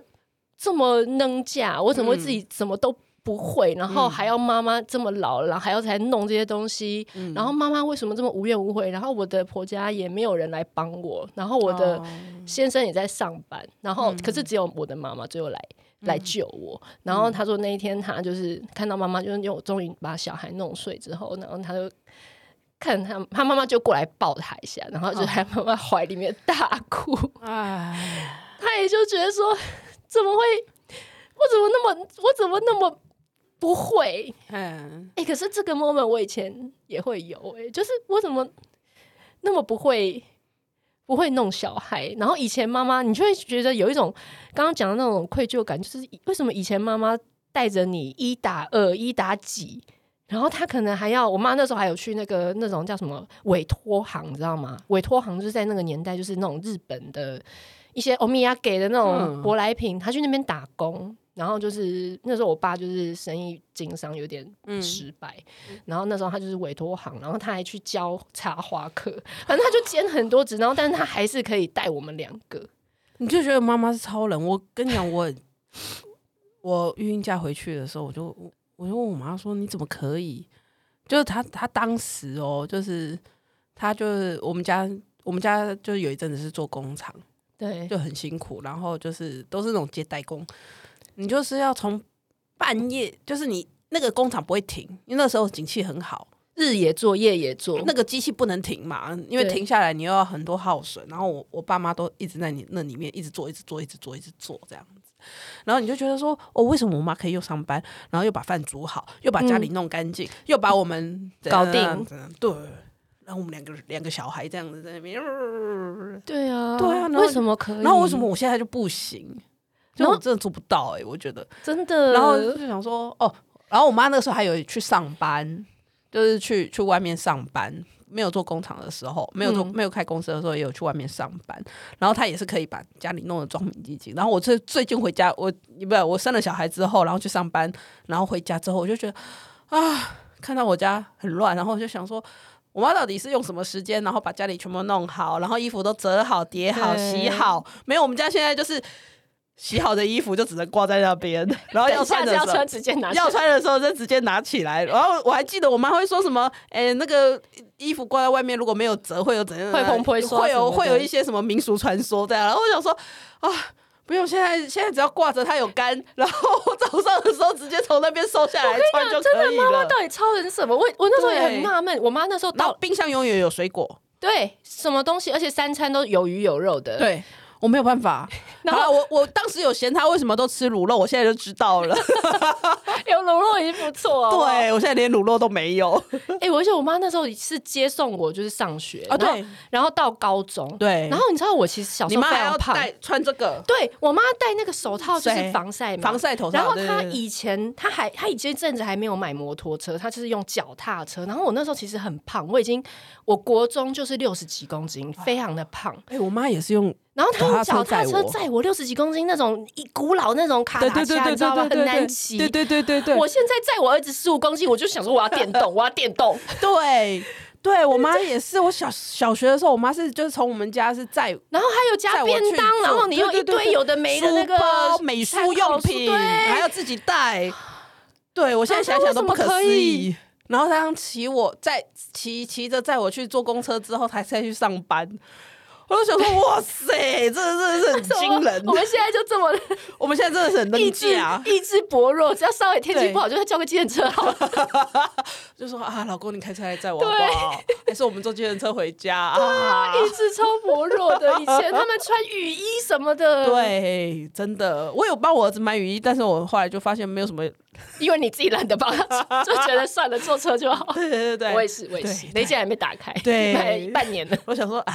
[SPEAKER 3] 这么能嫁？我怎么会自己怎么都不会？然后还要妈妈这么老了，然后还要才弄这些东西，然后妈妈为什么这么无怨无悔？然后我的婆家也没有人来帮我，然后我的
[SPEAKER 1] 哦
[SPEAKER 3] 先生也在上班，然后可是只有我的妈妈最后来。来救我，然后他说那一天他就是看到妈妈，就是因为我终于把小孩弄睡之后，然后他就看他他妈妈就过来抱他一下，然后就在妈妈怀里面大哭，
[SPEAKER 1] 哎，
[SPEAKER 3] 他也就觉得说怎么会，我怎么那么我怎么那么不会？
[SPEAKER 1] 嗯，
[SPEAKER 3] 哎、可是这个 moment 我以前也会有、哎，就是我怎么那么不会不会弄小孩？然后以前妈妈，你就会觉得有一种刚刚讲的那种愧疚感，就是以为什么以前妈妈带着你一打二、一打几，然后她可能还要，我妈那时候还有去那个那种叫什么委托行，你知道吗？委托行就是在那个年代，就是那种日本的一些欧米亚给的那种
[SPEAKER 1] 嗯
[SPEAKER 3] 舶来品，她去那边打工。然后就是那时候，我爸就是生意经商有点
[SPEAKER 1] 嗯
[SPEAKER 3] 失败，然后那时候他就是委托行，然后他还去教插花课， 反正他就兼很多职，然后但是他还是可以带我们两个。
[SPEAKER 1] 你就觉得妈妈是超人。我跟你讲，我 我孕假回去的时候，我就我我就问我妈说：“你怎么可以？”就是她她当时哦，就是她就是我们家我们家就是有一阵子是做工厂，
[SPEAKER 3] 对，
[SPEAKER 1] 就很辛苦，然后就是都是那种接待工，你就是要从半夜，就是你那个工厂不会停，因为那时候景气很好，
[SPEAKER 3] 日也做，夜也做。
[SPEAKER 1] 那个机器不能停嘛，因为
[SPEAKER 3] 哦对
[SPEAKER 1] 停下来你又要很多耗损。然后我我爸妈都一直在你那里面一直做，一直做，一直做，一直做这样子。然后你就觉得说，哦，为什么我妈可以又上班，然后又把饭煮好，又把家里弄干净，又把我们
[SPEAKER 3] 嗯搞定
[SPEAKER 1] 这样子对，然后我们两个两个小孩这样子在那边，
[SPEAKER 3] 对啊，
[SPEAKER 1] 对啊然后
[SPEAKER 3] 为什么可以？
[SPEAKER 1] 然后为什么我现在就不行？就
[SPEAKER 3] 哎然后
[SPEAKER 1] 我真的做不到哎、我觉得。
[SPEAKER 3] 真的？
[SPEAKER 1] 然后就想说，哦，然后我妈那个时候还有去上班，就是去去外面上班，没有做工厂的时候，没有做、
[SPEAKER 3] 嗯
[SPEAKER 1] 没有开公司的时候，也有去外面上班。然后她也是可以把家里弄得装明晶晶。然后我最最近回家，我不是我生了小孩之后，然后去上班，然后回家之后，我就觉得啊，看到我家很乱，然后我就想说。我妈到底是用什么时间，然后把家里全部弄好，然后衣服都折好、叠好、
[SPEAKER 3] 对
[SPEAKER 1] 洗好？没有，我们家现在就是洗好的衣服就只能挂在那边， 然后
[SPEAKER 3] 等
[SPEAKER 1] 要
[SPEAKER 3] 一下
[SPEAKER 1] 穿的
[SPEAKER 3] 子
[SPEAKER 1] 时
[SPEAKER 3] 要
[SPEAKER 1] 候
[SPEAKER 3] 穿，直接拿下
[SPEAKER 1] 要穿的时候就直接拿起来。然后我还记得我妈会说什么，哎、那个衣服挂在外面如果没有折会有怎样，
[SPEAKER 3] 会蓬蓬刷什么
[SPEAKER 1] 会有
[SPEAKER 3] 的
[SPEAKER 1] 会有一些什么民俗传说这样。然后我想说啊。不用，现在现在只要挂着它有干，然后我早上的时候直接从那边收下来穿就
[SPEAKER 3] 真
[SPEAKER 1] 可
[SPEAKER 3] 的
[SPEAKER 1] 以
[SPEAKER 3] 妈
[SPEAKER 1] 了
[SPEAKER 3] 妈。啊到底超人什么？我我那时候也很
[SPEAKER 1] 对
[SPEAKER 3] 纳闷，我妈那时候
[SPEAKER 1] 然后
[SPEAKER 3] 到
[SPEAKER 1] 冰箱永远有水果，
[SPEAKER 3] 对什么东西，而且三餐都有鱼有肉的。，
[SPEAKER 1] 对我没有办法。
[SPEAKER 3] 然
[SPEAKER 1] 然
[SPEAKER 3] 后
[SPEAKER 1] 后我我当时有嫌他为什么都吃卤肉，我现在就知道 了。
[SPEAKER 3] 有卤肉已经不错哦。
[SPEAKER 1] 对我现在连卤肉都 没有。
[SPEAKER 3] 哎、我而且我妈那时候是接送我，就是上学
[SPEAKER 1] 哦，
[SPEAKER 3] 然后
[SPEAKER 1] 对
[SPEAKER 3] 然后到高中，
[SPEAKER 1] 对
[SPEAKER 3] 然后你知道我其实小
[SPEAKER 1] 你
[SPEAKER 3] 时候
[SPEAKER 1] 妈
[SPEAKER 3] 非
[SPEAKER 1] 还
[SPEAKER 3] 常
[SPEAKER 1] 要
[SPEAKER 3] 胖，
[SPEAKER 1] 戴穿这个
[SPEAKER 3] 对我妈戴那个手套就是
[SPEAKER 1] 对
[SPEAKER 3] 防晒嘛，
[SPEAKER 1] 防晒头套，
[SPEAKER 3] 然后
[SPEAKER 1] 对
[SPEAKER 3] 她
[SPEAKER 1] 对对
[SPEAKER 3] 以前，她还她以前一阵子还没有买摩托车，她就是用脚踏车。然后我那时候其实很胖，我已经我国中就是六十几公斤，非常的胖。
[SPEAKER 1] 哎、我妈也是用
[SPEAKER 3] 然后她用脚
[SPEAKER 1] 脚
[SPEAKER 3] 踏
[SPEAKER 1] 踏车载
[SPEAKER 3] 车
[SPEAKER 1] 我
[SPEAKER 3] 载我六十几公斤那种一古老那种卡
[SPEAKER 1] 对
[SPEAKER 3] 达
[SPEAKER 1] 对对
[SPEAKER 3] 车，你
[SPEAKER 1] 对
[SPEAKER 3] 知道吗？
[SPEAKER 1] 对
[SPEAKER 3] 很
[SPEAKER 1] 对对
[SPEAKER 3] 难
[SPEAKER 1] 对
[SPEAKER 3] 骑。
[SPEAKER 1] 对对对对对，
[SPEAKER 3] 我现在载我儿子十五公斤，我就想说我要电动，我要电动。
[SPEAKER 1] 对 对我妈也是，我小小学的时候，我妈是就是从我们家是载
[SPEAKER 3] 然后还有加
[SPEAKER 1] 载我
[SPEAKER 3] 便
[SPEAKER 1] 去
[SPEAKER 3] 当，
[SPEAKER 1] 做
[SPEAKER 3] 然后你又
[SPEAKER 1] 对
[SPEAKER 3] 一
[SPEAKER 1] 对对
[SPEAKER 3] 堆有的没的那个
[SPEAKER 1] 书包美
[SPEAKER 3] 参考
[SPEAKER 1] 术用
[SPEAKER 3] 书
[SPEAKER 1] 品，
[SPEAKER 3] 对
[SPEAKER 1] 还要自己带。对我现在想想都不
[SPEAKER 3] 啊她
[SPEAKER 1] 可
[SPEAKER 3] 为什么
[SPEAKER 1] 思
[SPEAKER 3] 可
[SPEAKER 1] 议
[SPEAKER 3] 以。
[SPEAKER 1] 然后她让骑我载骑骑着载我去坐公车之后，才再去上班。我都想说，哇塞，这这 是很惊人啊
[SPEAKER 3] 我。们现在就这 么
[SPEAKER 1] 我们现在真的是很
[SPEAKER 3] 意
[SPEAKER 1] 冷
[SPEAKER 3] 志
[SPEAKER 1] 架，
[SPEAKER 3] 意志薄弱，只要稍微天气
[SPEAKER 1] 对
[SPEAKER 3] 不好，就叫个计程车 好了。
[SPEAKER 1] 就说啊，老公，你开车来载我好不好？ 还是我们坐计程车回家 啊？
[SPEAKER 3] 意志超薄弱的，以前他们穿雨衣什么的，，
[SPEAKER 1] 对，真的，我有帮我儿子买雨衣，但是我后来就发现没有什么。
[SPEAKER 3] 因为你自己懒得帮他，就觉得算了，坐车就好。
[SPEAKER 1] 对对对对，
[SPEAKER 3] 我也是，我也是，那件还没打开，
[SPEAKER 1] 对
[SPEAKER 3] 买 半年了。
[SPEAKER 1] 我想说啊，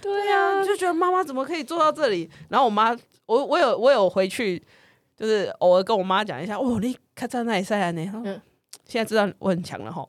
[SPEAKER 3] 对
[SPEAKER 1] 对啊，就觉得妈妈怎么可以做到这里？然后我妈，我我有我有回去，就是偶尔跟我妈讲一下，哦，你看在那里晒啊你。她说
[SPEAKER 3] 嗯
[SPEAKER 1] 现在知道我很强了哈，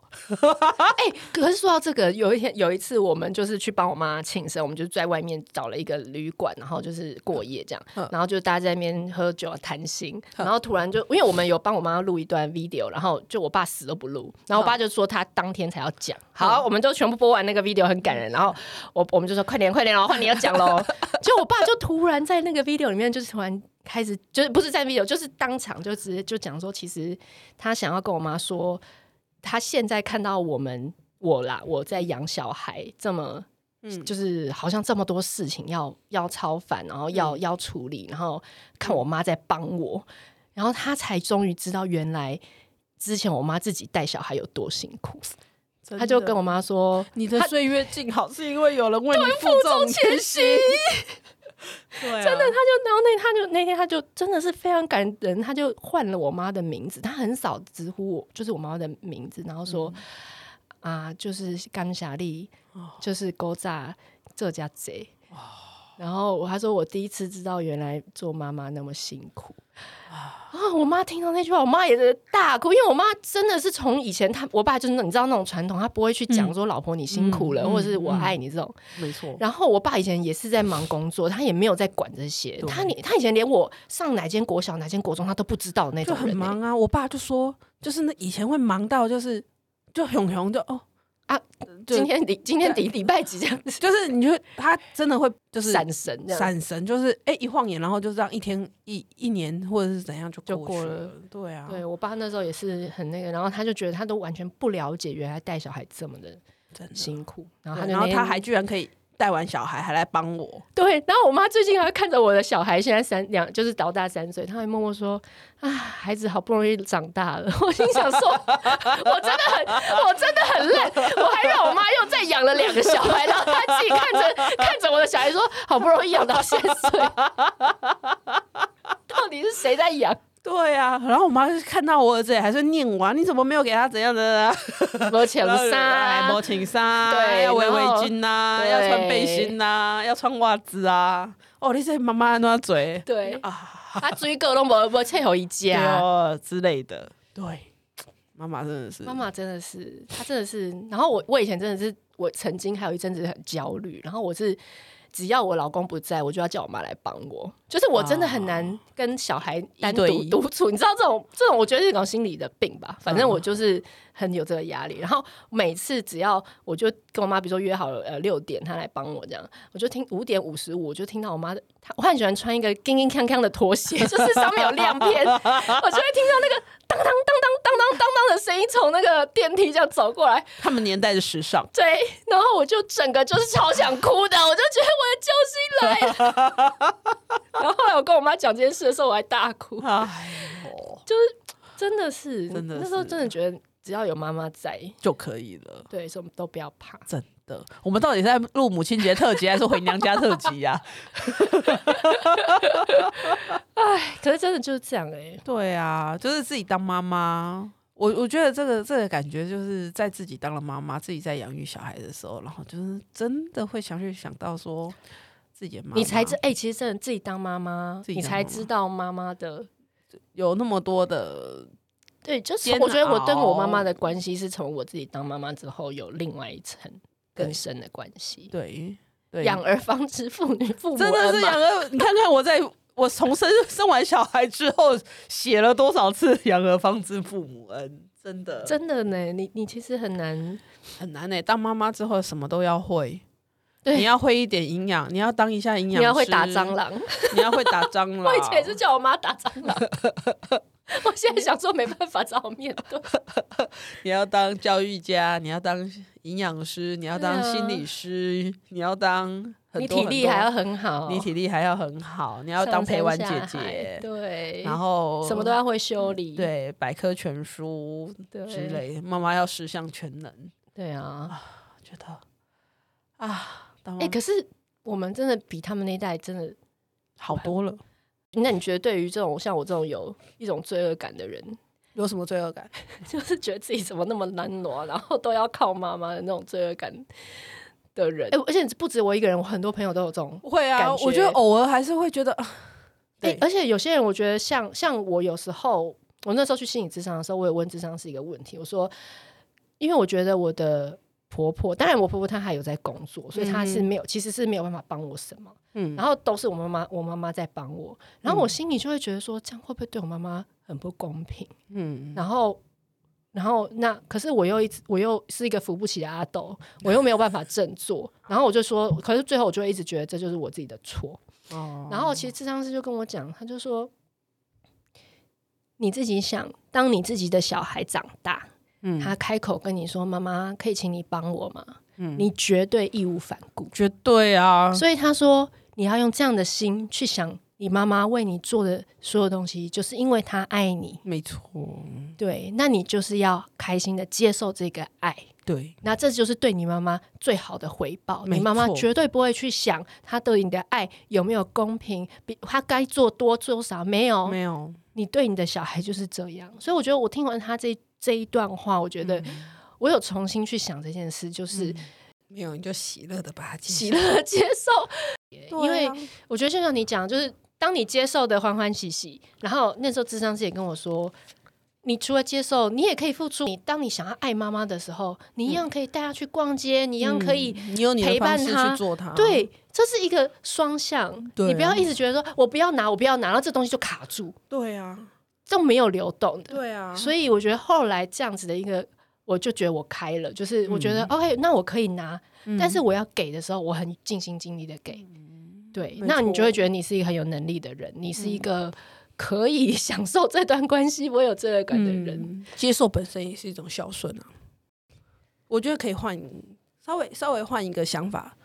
[SPEAKER 3] 哎、可是说到这个，有一天有一次，我们就是去帮我妈庆生，我们就在外面找了一个旅馆，然后就是过夜这样，
[SPEAKER 1] 嗯
[SPEAKER 3] 然后就大家在那边喝酒啊谈心，
[SPEAKER 1] 嗯
[SPEAKER 3] 然后突然就因为我们有帮我妈录一段 video，然后就我爸死都不录，然
[SPEAKER 1] 嗯
[SPEAKER 3] 后我爸就说他当天才要讲，好，我们就全部播完那个 video 很感人，然后
[SPEAKER 1] 嗯
[SPEAKER 3] 我我们就说快点快点哦，换你要讲 喽，就我爸就突然在那个 video 里面，就是突然开始，就是不是在 video，就是当场就直接就讲说，其实他想要跟我妈说，他现在看到我们我啦，我在养小孩这么。
[SPEAKER 1] 嗯
[SPEAKER 3] 就是好像这么多事情要要超凡，然后
[SPEAKER 1] 嗯
[SPEAKER 3] 要、要处理，然后看我妈在帮我，然后他才终于知道原来之前我妈自己带小孩有多辛苦。他就 跟我妈说：“
[SPEAKER 1] 你的岁月静好是因为有人为你负
[SPEAKER 3] 重
[SPEAKER 1] 重
[SPEAKER 3] 前
[SPEAKER 1] 行，对啊，
[SPEAKER 3] 真的，他就然后那他就那天他就真的是非常感人，他就换了我妈的名字，他很少直呼我，就是我妈的名字，然后说、
[SPEAKER 1] 嗯
[SPEAKER 3] 啊，就是甘霞丽，
[SPEAKER 1] 哦
[SPEAKER 3] 就是勾炸这家贼。然后我他说我第一次知道原来做妈妈那么辛苦啊！我妈听到那句话，我妈也是大哭，因为我妈真的是从以前她我爸就是那种你知道那种传统，她不会去讲说老婆你辛苦了，
[SPEAKER 1] 嗯
[SPEAKER 3] 或者是
[SPEAKER 1] 嗯
[SPEAKER 3] 我爱你这种，
[SPEAKER 1] 没错，
[SPEAKER 3] 然后我爸以前也是在忙工作，他也没有在管这些。
[SPEAKER 1] 对
[SPEAKER 3] 他连他以前连我上哪间国小、哪间国中，他都不知道那
[SPEAKER 1] 就
[SPEAKER 3] 种人、欸
[SPEAKER 1] 很忙 啊。我爸就说，就是那以前会忙到就是就熊熊就哦
[SPEAKER 3] 啊，
[SPEAKER 1] 就
[SPEAKER 3] 今天礼今天 礼礼拜几这样子，
[SPEAKER 1] 就是你就他真的会就是
[SPEAKER 3] 闪神这样。
[SPEAKER 1] 闪神，就是哎、一晃眼，然后就这样一天一一年或者是怎样就
[SPEAKER 3] 就
[SPEAKER 1] 去
[SPEAKER 3] 过
[SPEAKER 1] 了
[SPEAKER 3] 了，
[SPEAKER 1] 对啊，
[SPEAKER 3] 对我爸那时候也是很那个，然后他就觉得他都完全不了解原来带小孩这么的
[SPEAKER 1] 真的。
[SPEAKER 3] 辛苦，然后他
[SPEAKER 1] 啊对
[SPEAKER 3] 就
[SPEAKER 1] 然后
[SPEAKER 3] 那
[SPEAKER 1] 他
[SPEAKER 3] 天
[SPEAKER 1] 还居然可以带完小孩还来帮我，
[SPEAKER 3] 对，然后我妈最近还看着我的小孩，现在三两就是老大三岁，她还默默说：“啊，孩子好不容易长大了。” 我心想说：“我真的很，我真的很累，我还让我妈又再养了两个小孩，然后她自己看着看着我的小孩说：‘好不容易养到现岁， 到底是谁在 养？
[SPEAKER 1] 对啊，然后我妈就是看到我儿子还是念我啊，你怎么没有给他怎样的？啊
[SPEAKER 3] 我抢
[SPEAKER 1] 然后就哎
[SPEAKER 3] 杀
[SPEAKER 1] 摸请纱，
[SPEAKER 3] 对
[SPEAKER 1] 要围围
[SPEAKER 3] 然后
[SPEAKER 1] 巾呐，
[SPEAKER 3] 对
[SPEAKER 1] 要穿背心呐，要穿袜子啊。哦，你这妈妈那嘴
[SPEAKER 3] 对
[SPEAKER 1] 啊，
[SPEAKER 3] 啊，追个都没没切好一
[SPEAKER 1] 对
[SPEAKER 3] 家。”
[SPEAKER 1] 哦之类的，对，妈妈真的是
[SPEAKER 3] 妈妈真的是，她真的是。然后我我以前真的是，我曾经还有一阵子很焦虑，然后我是只要我老公不在，我就要叫我妈来帮我，就是我真的很难跟小孩单
[SPEAKER 1] 一对
[SPEAKER 3] 独嗯
[SPEAKER 1] 一
[SPEAKER 3] 独处。你知道这种这种，我觉得是一种心理的病吧。反正我就是很有这个压力。然后每次只要我就跟我妈，比如说约好了呃六点，她来帮我这样，我就听五点五十五，我就听到我妈的，她我很喜欢穿一个叮叮锵锵的拖鞋，就是上面有亮片， 我就会听到那个当当当当当当当当的声音从那个电梯这样走过来，
[SPEAKER 1] 他们年代的 时尚，
[SPEAKER 3] 对，然后我就整个就是超想哭的，我就觉得我的救星来了。然后后来我跟我妈讲这件事的时候，我还大哭，
[SPEAKER 1] 哎呦，
[SPEAKER 3] 就是真的是，
[SPEAKER 1] 真的是
[SPEAKER 3] 那时候真的觉得只要有妈妈在，
[SPEAKER 1] 就可以了。
[SPEAKER 3] 对，什么都不要怕。
[SPEAKER 1] 真的，我们到底是在录母亲节特辑还是回娘家特辑啊呀、
[SPEAKER 3] 哎，可是真的就是这样哎、
[SPEAKER 1] 对啊，就是自己当妈妈。我我觉得这个这个感觉，就是在自己当了妈妈，自己在养育小孩的时候，然后就是真的会想去想到说自己的妈妈，
[SPEAKER 3] 你才知哎、其实真的自己当妈妈，
[SPEAKER 1] 自己
[SPEAKER 3] 你
[SPEAKER 1] 当妈
[SPEAKER 3] 才
[SPEAKER 1] 妈
[SPEAKER 3] 知道妈妈的。
[SPEAKER 1] 有那么多的
[SPEAKER 3] 对，就是
[SPEAKER 1] 煎
[SPEAKER 3] 我觉得我
[SPEAKER 1] 熬
[SPEAKER 3] 跟我妈妈的关系是从我自己当妈妈之后有另外一层更
[SPEAKER 1] 对
[SPEAKER 3] 深的关系。
[SPEAKER 1] 对对，
[SPEAKER 3] 养儿方知父女，父母
[SPEAKER 1] 真的
[SPEAKER 3] 恩
[SPEAKER 1] 是
[SPEAKER 3] 嘛
[SPEAKER 1] 养儿。你看看我在我从生 生完小孩之后，写了多少次“养儿方知父母恩”，真的
[SPEAKER 3] 真的呢，你你其实很难，
[SPEAKER 1] 很难呢、欸当妈妈之后什么都要会，
[SPEAKER 3] 对
[SPEAKER 1] 你要会一点营养，你要当一下营
[SPEAKER 3] 你
[SPEAKER 1] 养师，哦
[SPEAKER 3] 要会打蟑， 螂。
[SPEAKER 1] 你要会打蟑 螂。
[SPEAKER 3] 我以前也是叫我妈打蟑螂，我现在想说没办法，只好面对。
[SPEAKER 1] 你要当教育家，你要当营养师，你要
[SPEAKER 3] 对啊
[SPEAKER 1] 当心理师，你要当很
[SPEAKER 3] 你
[SPEAKER 1] 多
[SPEAKER 3] 体力还要很
[SPEAKER 1] 很
[SPEAKER 3] 好，
[SPEAKER 1] 多你体力还要很好，你
[SPEAKER 3] 你
[SPEAKER 1] 要当陪玩姐姐，
[SPEAKER 3] 对，
[SPEAKER 1] 然后
[SPEAKER 3] 什么都要会修理，
[SPEAKER 1] 对百科全书
[SPEAKER 3] 对
[SPEAKER 1] 之，类，妈妈要十项全能，
[SPEAKER 3] 对啊。
[SPEAKER 1] 我觉得啊，当
[SPEAKER 3] 哎，
[SPEAKER 1] 妈
[SPEAKER 3] 可是我们真的比他们那一代真的，
[SPEAKER 1] 好多了，
[SPEAKER 3] 那你觉得对于这种像我这种有一种罪恶感的人，
[SPEAKER 1] 有什么罪恶感？
[SPEAKER 3] 就是觉得自己怎么那么难挪，然后都要靠妈妈的那种罪恶感的人。哎、而且不止我一个人，我很多朋友都有这种。
[SPEAKER 1] 会啊，
[SPEAKER 3] 感觉
[SPEAKER 1] 我觉得偶尔还是会觉得，啊
[SPEAKER 3] 哎、
[SPEAKER 1] 对
[SPEAKER 3] 而且有些人，我觉得像像我有时候，我那时候去心理咨商的时候，我也问咨商是一个问题，我说，因为我觉得我的婆婆，当然我婆婆她还有在工作，所以她是没有，其实是没有办法帮我什么。
[SPEAKER 1] 嗯
[SPEAKER 3] 然后都是我妈妈，我妈妈在帮我，然后我心里就会觉得说，这样会不会对我妈妈很不公平？
[SPEAKER 1] 嗯，
[SPEAKER 3] 然后，然后那可是我又一直我又是一个扶不起的阿斗，我又没有办法振作，然后我就说，可是最后我就一直觉得这就是我自己的错。
[SPEAKER 1] 哦
[SPEAKER 3] 然后其实智商师就跟我讲，他就说，你自己想，当你自己的小孩长大，
[SPEAKER 1] 嗯
[SPEAKER 3] 他开口跟你说：“妈妈，可以请你帮我吗？”
[SPEAKER 1] 嗯
[SPEAKER 3] 你绝对义无反顾。
[SPEAKER 1] 绝对啊，
[SPEAKER 3] 所以他说，你要用这样的心去想。你妈妈为你做的所有东西，就是因为她爱你，
[SPEAKER 1] 没错，
[SPEAKER 3] 对，那你就是要开心的接受这个爱，
[SPEAKER 1] 对，
[SPEAKER 3] 那这就是对你妈妈最好的回报。
[SPEAKER 1] 没
[SPEAKER 3] 你妈妈
[SPEAKER 1] 错
[SPEAKER 3] 绝对不会去想她对你的爱有没有公平，比她该做多做少没有。
[SPEAKER 1] 没有，
[SPEAKER 3] 你对你的小孩就是这样，所以我觉得我听完她这这一段话，我觉得
[SPEAKER 1] 嗯
[SPEAKER 3] 我有重新去想这件事，就是
[SPEAKER 1] 没有，你就喜乐的把它接
[SPEAKER 3] 喜
[SPEAKER 1] 受，
[SPEAKER 3] 乐接受。因
[SPEAKER 1] 对
[SPEAKER 3] 为
[SPEAKER 1] 啊
[SPEAKER 3] 我觉得就像你讲，就是当你接受的欢欢喜喜，然后那时候智商师也跟我说，你除了接受，你也可以付出。你当你想要爱妈妈的时候，你一样可以带她去逛街，你一样可以。
[SPEAKER 1] 嗯嗯你用你的
[SPEAKER 3] 陪
[SPEAKER 1] 方
[SPEAKER 3] 伴
[SPEAKER 1] 式
[SPEAKER 3] 他
[SPEAKER 1] 去做它，
[SPEAKER 3] 对，这是一个双向，
[SPEAKER 1] 啊对啊
[SPEAKER 3] 你不要一直觉得说我不要拿，我不要拿，然后这东西就卡住，
[SPEAKER 1] 对啊，
[SPEAKER 3] 这种没有流动的。
[SPEAKER 1] 对啊，
[SPEAKER 3] 所以我觉得后来这样子的一个，我就觉得我开了，就是我觉得、OK，那我可以拿，
[SPEAKER 1] 嗯
[SPEAKER 3] 但是我要给的时候，我很尽心尽力的给。对，
[SPEAKER 1] 嗯没
[SPEAKER 3] 那你就
[SPEAKER 1] 错
[SPEAKER 3] 会觉得你是一个很有能力的人，你是一个可以享受这段关系不会有罪恶感的人。
[SPEAKER 1] 嗯接受本身也是一种孝顺啊。我觉得可以换稍微稍微换一个想法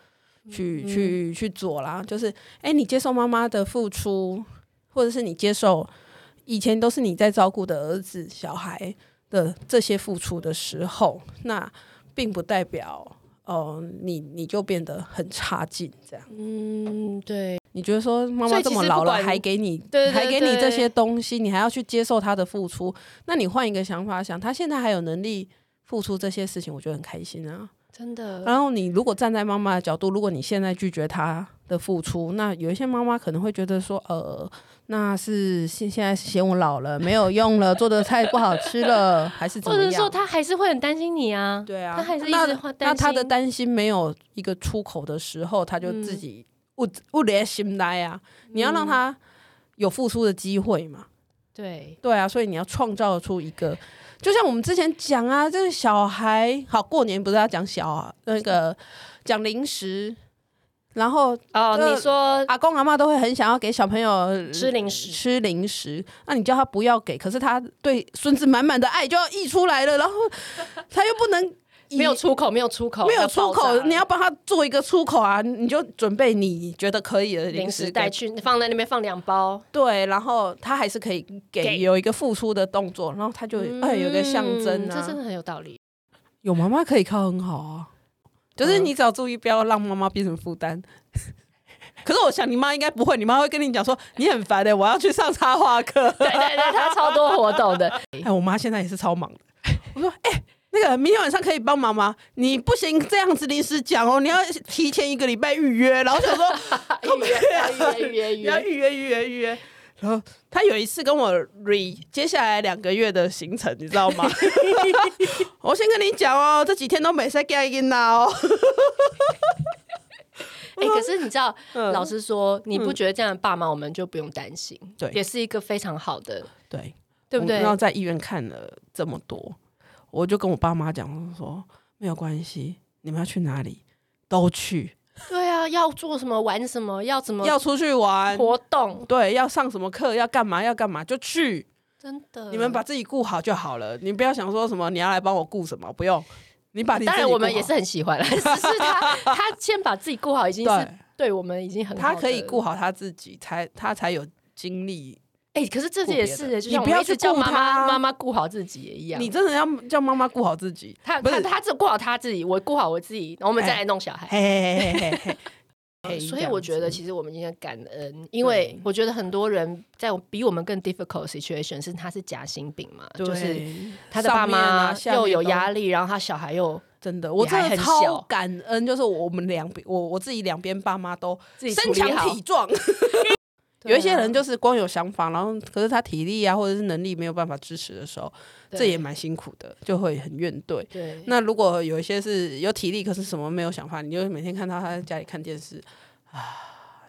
[SPEAKER 1] 去、
[SPEAKER 3] 嗯
[SPEAKER 1] 去去做啦，就是哎、诶你接受妈妈的付出，或者是你接受以前都是你在照顾的儿子、小孩的这些付出的时候，那并不代表。哦、你你就变得很差劲，这样
[SPEAKER 3] 嗯，对，
[SPEAKER 1] 你觉得说妈
[SPEAKER 3] 所
[SPEAKER 1] 妈
[SPEAKER 3] 以其
[SPEAKER 1] 这
[SPEAKER 3] 实
[SPEAKER 1] 么老
[SPEAKER 3] 不
[SPEAKER 1] 了
[SPEAKER 3] 管
[SPEAKER 1] 还给你
[SPEAKER 3] 对对
[SPEAKER 1] 还给你
[SPEAKER 3] 对
[SPEAKER 1] 这些东西，你还要去接受他的付出。那你换一个想法想，他现在还有能力付出这些事情，我觉得很开心啊。
[SPEAKER 3] 真的，
[SPEAKER 1] 然后你如果站在妈妈的角度，如果你现在拒绝他的付出，那有一些妈妈可能会觉得说，呃，那是现现在嫌我老了，没有用了，做的菜不好吃了，还是怎
[SPEAKER 3] 或
[SPEAKER 1] 么
[SPEAKER 3] 者
[SPEAKER 1] 样？
[SPEAKER 3] 说他还是会很担心你啊。
[SPEAKER 1] 对啊，
[SPEAKER 3] 他还是一
[SPEAKER 1] 那
[SPEAKER 3] 直会担
[SPEAKER 1] 那他的
[SPEAKER 3] 心
[SPEAKER 1] 担心没有一个出口的时候，他就自
[SPEAKER 3] 嗯
[SPEAKER 1] 己不不连心来啊。你要让他有付出的机会嘛？
[SPEAKER 3] 对，
[SPEAKER 1] 对啊，所以你要创造出一个，就像我们之前讲啊，这个小孩好过年不是要讲小啊那 个讲零食，然后
[SPEAKER 3] 哦，
[SPEAKER 1] 这
[SPEAKER 3] 你说
[SPEAKER 1] 阿公阿妈都会很想要给小朋友
[SPEAKER 3] 吃零食，
[SPEAKER 1] 吃零食，那你叫他不要给，可是他对孙子满满的爱就要溢出来了，然后他又不能以
[SPEAKER 3] 没有出口，没有出口，
[SPEAKER 1] 没有
[SPEAKER 3] 哦要
[SPEAKER 1] 出
[SPEAKER 3] 爆炸
[SPEAKER 1] 口，
[SPEAKER 3] 了
[SPEAKER 1] 你要帮他做一个出口啊，你就准备你觉得可以的
[SPEAKER 3] 零
[SPEAKER 1] 食
[SPEAKER 3] 食
[SPEAKER 1] 给
[SPEAKER 3] 带去放在那边放两包，
[SPEAKER 1] 对，然后他还是可以给
[SPEAKER 3] 给
[SPEAKER 1] 有一个付出的动作，然后他就哎有一个象征
[SPEAKER 3] 嗯这真
[SPEAKER 1] 啊，
[SPEAKER 3] 的很有道理。
[SPEAKER 1] 有妈妈可以靠很好啊，就是
[SPEAKER 3] 嗯
[SPEAKER 1] 你只要注意不要让妈妈变成负担。 可是我想你妈应该不会，你妈会跟你讲说你很烦的、欸我要去上插画课。
[SPEAKER 3] 对对对，他超多活动的，
[SPEAKER 1] 哎，我妈现在也是超忙的。 我说哎。那个明天晚上可以帮忙吗？你不行这样子临时讲哦，你要提前一个礼拜预约。然后我想说，
[SPEAKER 3] 哎预约预约预
[SPEAKER 1] 要
[SPEAKER 3] 约，
[SPEAKER 1] 预约预约预约。然后他有一次跟我 re 接下来两个月的行程，你知道 吗？我先跟你讲哦，这几天都没在干音啦哦。
[SPEAKER 3] 哎，可是你知道，
[SPEAKER 1] 嗯
[SPEAKER 3] 老实说，你不觉得这样的爸妈我们就不用担心？
[SPEAKER 1] 对
[SPEAKER 3] 也是一个非常好的，
[SPEAKER 1] 对，
[SPEAKER 3] 对不对
[SPEAKER 1] 然？后在医院看了这么多，我就跟我爸妈讲，我说没有关系，你们要去哪里都去，
[SPEAKER 3] 对啊，要做什么玩什么，要怎么
[SPEAKER 1] 要出去玩，
[SPEAKER 3] 活动，
[SPEAKER 1] 对，要上什么课，要干嘛要干嘛就去，
[SPEAKER 3] 真的，
[SPEAKER 1] 你们把自己顾好就好了，你不要想说什么你要来帮我顾什么，不用。你把你
[SPEAKER 3] 当然
[SPEAKER 1] 自己
[SPEAKER 3] 我们
[SPEAKER 1] 顾
[SPEAKER 3] 也
[SPEAKER 1] 好
[SPEAKER 3] 是很喜欢啦，只是 他他先把自己顾好，已经是
[SPEAKER 1] 对，
[SPEAKER 3] 对我们已经很好
[SPEAKER 1] 他
[SPEAKER 3] 的
[SPEAKER 1] 可以顾好他自己，才他才有精力。
[SPEAKER 3] 哎、可是这
[SPEAKER 1] 顾
[SPEAKER 3] 也
[SPEAKER 1] 别
[SPEAKER 3] 是欸，
[SPEAKER 1] 的
[SPEAKER 3] 就像
[SPEAKER 1] 你
[SPEAKER 3] 我
[SPEAKER 1] 不
[SPEAKER 3] 们
[SPEAKER 1] 要
[SPEAKER 3] 一直
[SPEAKER 1] 去
[SPEAKER 3] 叫
[SPEAKER 1] 顾
[SPEAKER 3] 妈妈
[SPEAKER 1] 他
[SPEAKER 3] 妈妈顾好自己也一样。
[SPEAKER 1] 你真的要叫妈妈顾好自己，
[SPEAKER 3] 他
[SPEAKER 1] 不
[SPEAKER 3] 他
[SPEAKER 1] 是
[SPEAKER 3] 他只顾好他自己，我顾好我自己，然后我们再来弄小孩。
[SPEAKER 1] 嘿嘿嘿嘿 嘿嘿
[SPEAKER 3] 所以我觉得，
[SPEAKER 1] 这样子
[SPEAKER 3] 其实我们应该感恩，因为
[SPEAKER 1] 对
[SPEAKER 3] 我觉得很多人在比我们更 difficult situation 是他是夹心饼嘛，
[SPEAKER 1] 对
[SPEAKER 3] 就是他的爸
[SPEAKER 1] 上面啊
[SPEAKER 3] 妈
[SPEAKER 1] 下面
[SPEAKER 3] 又有
[SPEAKER 1] 都
[SPEAKER 3] 压力，然后他小孩又
[SPEAKER 1] 真的，我
[SPEAKER 3] 也还
[SPEAKER 1] 真的
[SPEAKER 3] 很
[SPEAKER 1] 超
[SPEAKER 3] 小
[SPEAKER 1] 感恩，就是我们两边，我我自己两边爸妈都
[SPEAKER 3] 自己处
[SPEAKER 1] 身
[SPEAKER 3] 理好
[SPEAKER 1] 强体壮。
[SPEAKER 3] 对啊
[SPEAKER 1] 有一些人就是光有想法，然后可是他体力啊或者是能力没有办法支持的时候，
[SPEAKER 3] 对
[SPEAKER 1] 这也蛮辛苦的，就会很怨怼。
[SPEAKER 3] 对，
[SPEAKER 1] 那如果有一些是有体力，可是什么没有想法，你就每天看到他在家里看电视啊，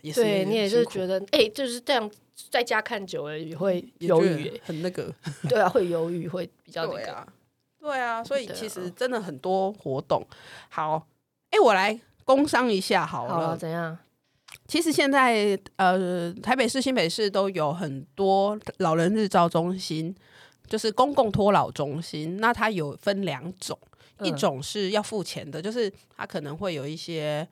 [SPEAKER 1] 也是
[SPEAKER 3] 对你也是觉
[SPEAKER 1] 得
[SPEAKER 3] 得哎、就是这样在家看久了也会
[SPEAKER 1] 有
[SPEAKER 3] 犹豫、欸，
[SPEAKER 1] 很那个，
[SPEAKER 3] 对啊，会犹豫，会比较那
[SPEAKER 1] 对
[SPEAKER 3] 个。
[SPEAKER 1] 啊，对啊，所以
[SPEAKER 3] 对啊
[SPEAKER 1] 其实真的很多活动。好，哎、我来工商一下好
[SPEAKER 3] 好
[SPEAKER 1] 了。嗯
[SPEAKER 3] 啊，怎样？
[SPEAKER 1] 其实现在呃，台北市、新北市都有很多老人日照中心，就是公共托老中心。那它有分两种，一
[SPEAKER 3] 嗯
[SPEAKER 1] 种是要付钱的，就是它可能会有一些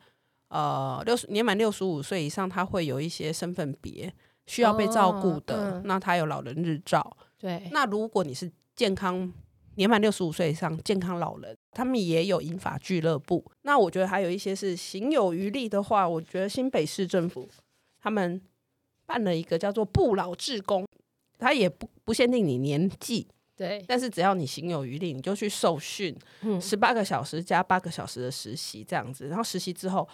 [SPEAKER 1] 呃六十年满六十五岁以上，它会有一些身份别需要被照顾的，
[SPEAKER 3] 哦嗯
[SPEAKER 1] 那它有老人日照。
[SPEAKER 3] 对，
[SPEAKER 1] 那如果你是健康年满六十五岁以上健康老人，他们也有银发俱乐部。那我觉得还有一些是行有余力的话，我觉得新北市政府他们办了一个叫做“不老志工”，他也不不限定你年纪，
[SPEAKER 3] 对，
[SPEAKER 1] 但是只要你行有余力，你就去受训
[SPEAKER 3] 嗯，
[SPEAKER 1] 十八个小时加八个小时的实习这样子，然后实习之后。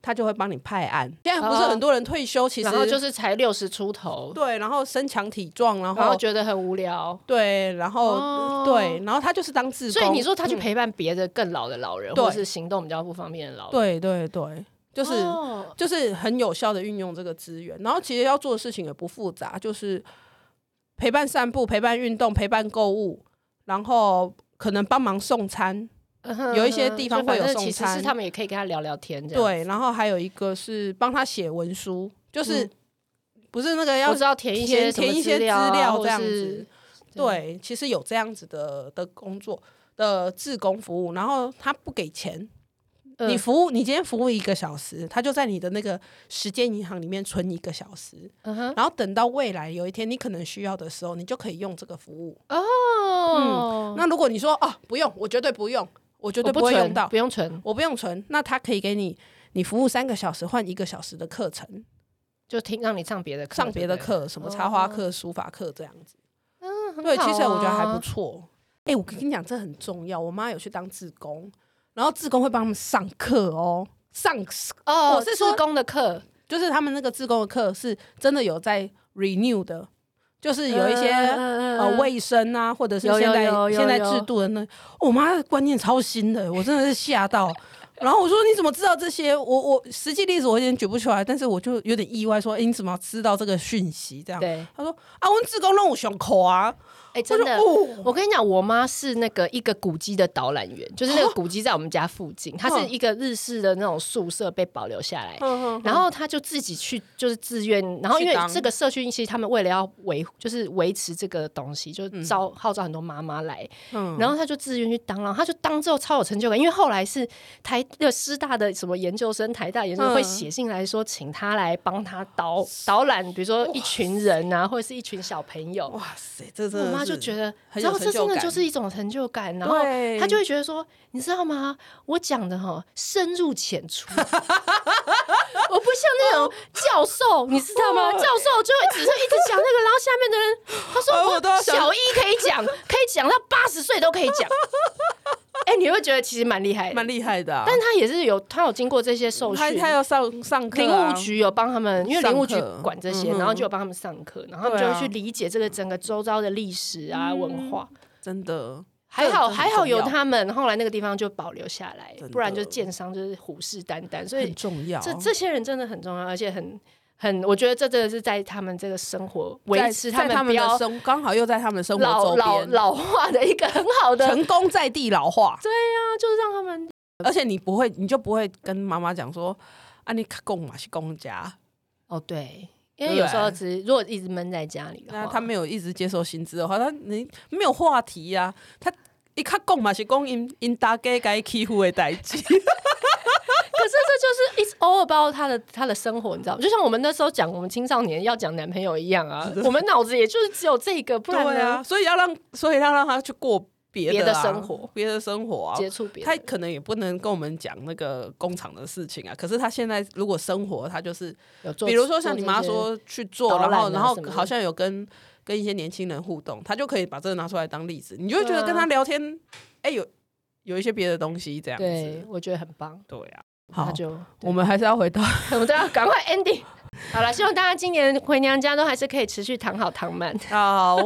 [SPEAKER 1] 他就会帮你派案。现在不是
[SPEAKER 3] 哦
[SPEAKER 1] 很多人退休，其实
[SPEAKER 3] 然后就是才六十出头，
[SPEAKER 1] 对，然后身强体壮，然
[SPEAKER 3] 然后
[SPEAKER 1] 后
[SPEAKER 3] 觉得很无聊。
[SPEAKER 1] 对，然后、
[SPEAKER 3] 哦
[SPEAKER 1] 对，然后他就是当志工。
[SPEAKER 3] 所以你说他去
[SPEAKER 1] 嗯
[SPEAKER 3] 陪伴别的更老的老人，
[SPEAKER 1] 对
[SPEAKER 3] 或是行动比较不方便的老人，
[SPEAKER 1] 对对对，就是、
[SPEAKER 3] 哦
[SPEAKER 1] 就是很有效的运用这个资源。然后其实要做的事情也不复杂，就是陪伴散步、陪伴运动、陪伴购物，然后可能帮忙送餐。
[SPEAKER 3] 嗯哼
[SPEAKER 1] 有一些地方
[SPEAKER 3] 就反
[SPEAKER 1] 会有
[SPEAKER 3] 正
[SPEAKER 1] 送
[SPEAKER 3] 其实
[SPEAKER 1] 餐
[SPEAKER 3] 是他们也可以跟他聊聊天，这样。
[SPEAKER 1] 对，然后还有一个是帮他写文书，就是、
[SPEAKER 3] 嗯
[SPEAKER 1] 不是那个
[SPEAKER 3] 不
[SPEAKER 1] 要
[SPEAKER 3] 知道填一些
[SPEAKER 1] 填
[SPEAKER 3] 什么
[SPEAKER 1] 填一些
[SPEAKER 3] 资料啊
[SPEAKER 1] 资料
[SPEAKER 3] 或
[SPEAKER 1] 这样
[SPEAKER 3] 是
[SPEAKER 1] 子对，其实有这样子的的工作的志工服务，然后他不给钱，
[SPEAKER 3] 嗯
[SPEAKER 1] 你服务，你今天服务一个小时，他就在你的那个时间银行里面存一个小时，
[SPEAKER 3] 嗯哼
[SPEAKER 1] 然后等到未来有一天你可能需要的时候，你就可以用这个服务。
[SPEAKER 3] 哦，
[SPEAKER 1] 那如果你说啊不用，我绝对不用，我绝
[SPEAKER 3] 我
[SPEAKER 1] 对
[SPEAKER 3] 不
[SPEAKER 1] 会
[SPEAKER 3] 存
[SPEAKER 1] 用到，
[SPEAKER 3] 不用存，
[SPEAKER 1] 我不用存，那他可以给你。你服务三个小时换一个小时的课程，
[SPEAKER 3] 就听让你上别的课，
[SPEAKER 1] 上别的
[SPEAKER 3] 对不对，嗯
[SPEAKER 1] 课，什么插花课、书法课这样子。对，
[SPEAKER 3] 很好
[SPEAKER 1] 其实我觉得还不
[SPEAKER 3] 啊
[SPEAKER 1] 错。哎、我跟你讲，这很重要。我妈有去当志工，然后志工会帮他们上课哦，上
[SPEAKER 3] 哦，
[SPEAKER 1] 我是
[SPEAKER 3] 志
[SPEAKER 1] 说
[SPEAKER 3] 工的课，
[SPEAKER 1] 就是他们那个自工的课是真的有在 renew 的，就是有一些、呃
[SPEAKER 3] 呃
[SPEAKER 1] 卫生啊，或者是
[SPEAKER 3] 有
[SPEAKER 1] 现
[SPEAKER 3] 有
[SPEAKER 1] 在
[SPEAKER 3] 有有
[SPEAKER 1] 现在
[SPEAKER 3] 有
[SPEAKER 1] 制度的那，我妈的观念超新的，我真的是吓到。然后我说你怎么知道这些？我我实际例子我有点举不出来，但是我就有点意外说，哎，你怎么知道这个讯息？这样，
[SPEAKER 3] 对，
[SPEAKER 1] 她说啊，我自工弄我胸口啊，
[SPEAKER 3] 哎，真的
[SPEAKER 1] 我。说哦，
[SPEAKER 3] 我跟你讲，我妈是那个一个古迹的导览员，就是
[SPEAKER 1] 哦
[SPEAKER 3] 那个古迹在我们家附近，它是一个日式的那种宿舍被保留下来，
[SPEAKER 1] 嗯
[SPEAKER 3] 然后她就自己去就是自愿，然后因
[SPEAKER 1] 去
[SPEAKER 3] 为
[SPEAKER 1] 当
[SPEAKER 3] 这个社区其实他们为了要维就是维持这个东西，就是招号召很多妈妈来，
[SPEAKER 1] 嗯，
[SPEAKER 3] 然后她就自愿去当，然后她就当之后超有成就感，因为后来是台那个师大的什么研究生、台大研究生
[SPEAKER 1] 嗯
[SPEAKER 3] 会写信来说，请她来帮她导导览，比如说一群人啊，或者是一群小朋友，
[SPEAKER 1] 哇塞，这真
[SPEAKER 3] 我
[SPEAKER 1] 的
[SPEAKER 3] 妈
[SPEAKER 1] 是
[SPEAKER 3] 就觉得，
[SPEAKER 1] 很有
[SPEAKER 3] 然后这
[SPEAKER 1] 成就
[SPEAKER 3] 真的
[SPEAKER 1] 感
[SPEAKER 3] 就是一种成就感，然后
[SPEAKER 1] 对
[SPEAKER 3] 她就会觉得说，你知道吗？我讲的哈深入浅出， 我不像那种教授，你知道 吗？教授就会只是一直讲那个，然后下面的人他
[SPEAKER 1] 哎
[SPEAKER 3] 说哦
[SPEAKER 1] 我都要想
[SPEAKER 3] 小一可以讲，可以讲到八十岁都可以讲， 哎，你会觉得其实蛮厉害的
[SPEAKER 1] 蛮，厉害的、啊，
[SPEAKER 3] 但他也是有他有经过这些受
[SPEAKER 1] 她
[SPEAKER 3] 训，
[SPEAKER 1] 她要上上课、
[SPEAKER 3] 林
[SPEAKER 1] 啊，
[SPEAKER 3] 务局有帮他们，因为
[SPEAKER 1] 上
[SPEAKER 3] 林
[SPEAKER 1] 课
[SPEAKER 3] 务局管这些，
[SPEAKER 1] 嗯哼
[SPEAKER 3] 然后就有帮他们上课，然后他们就
[SPEAKER 1] 对啊
[SPEAKER 3] 会去理解这个整个周遭的历史啊、文化。
[SPEAKER 1] 真的
[SPEAKER 3] 还好
[SPEAKER 1] 这很
[SPEAKER 3] 还好
[SPEAKER 1] 重
[SPEAKER 3] 有
[SPEAKER 1] 要
[SPEAKER 3] 他们，后来那个地方就保留下来
[SPEAKER 1] 真的，
[SPEAKER 3] 不然就是建商就是虎视眈眈，所
[SPEAKER 1] 很
[SPEAKER 3] 以
[SPEAKER 1] 重要，
[SPEAKER 3] 这这些人真的很重要，而且很很，我觉得这真的是在他们这个生活
[SPEAKER 1] 在
[SPEAKER 3] 维持
[SPEAKER 1] 在
[SPEAKER 3] 们
[SPEAKER 1] 他
[SPEAKER 3] 不
[SPEAKER 1] 们的
[SPEAKER 3] 要
[SPEAKER 1] 生，刚好又在他们生活
[SPEAKER 3] 老
[SPEAKER 1] 周
[SPEAKER 3] 老
[SPEAKER 1] 边，
[SPEAKER 3] 老化的一个很好的，
[SPEAKER 1] 成功在地老化。
[SPEAKER 3] 就是让他们
[SPEAKER 1] 而且你不会，你就不会跟妈妈讲说啊，你供嘛是公家，
[SPEAKER 3] 哦对，因为有时候只如果一直闷在家里的
[SPEAKER 1] 那
[SPEAKER 3] 话，
[SPEAKER 1] 他没有一直接受薪资的话，他你没有话题呀、他。伊较讲嘛是讲因因大家该欺负的代志，
[SPEAKER 3] 可是这就是 it's all about 他的他的生活，你知道吗？就像我们那时候讲我们青少年要讲男朋友一样 啊，我们脑子也就是只有这个，不然
[SPEAKER 1] 对啊，
[SPEAKER 3] 呢
[SPEAKER 1] 所以要让所以要让他去过别
[SPEAKER 3] 别的
[SPEAKER 1] 的啊
[SPEAKER 3] 生活，
[SPEAKER 1] 别的生活啊，
[SPEAKER 3] 接触别
[SPEAKER 1] 他
[SPEAKER 3] 人。
[SPEAKER 1] 可能也不能跟我们讲那个工厂的事情啊，可是他现在如果生活，他就是
[SPEAKER 3] 有做
[SPEAKER 1] 比如说像
[SPEAKER 3] 做
[SPEAKER 1] 你
[SPEAKER 3] 这
[SPEAKER 1] 妈
[SPEAKER 3] 些
[SPEAKER 1] 说去做，
[SPEAKER 3] 导览
[SPEAKER 1] 然
[SPEAKER 3] 啊
[SPEAKER 1] 后然后
[SPEAKER 3] 什么的
[SPEAKER 1] 好像有跟跟一些年轻人互动，他就可以把这个拿出来当例子，你就会觉得
[SPEAKER 3] 对啊
[SPEAKER 1] 跟他聊天，哎、有有一些别的东西这样
[SPEAKER 3] 对
[SPEAKER 1] 子，，
[SPEAKER 3] 我觉得很棒。
[SPEAKER 1] 对啊，
[SPEAKER 3] 那
[SPEAKER 1] 好，
[SPEAKER 3] 就
[SPEAKER 1] 我们还是要回到
[SPEAKER 3] 我们都要赶快 ending。好 了，希望大家今年回娘家都还是可以持续躺好躺满。
[SPEAKER 1] 好，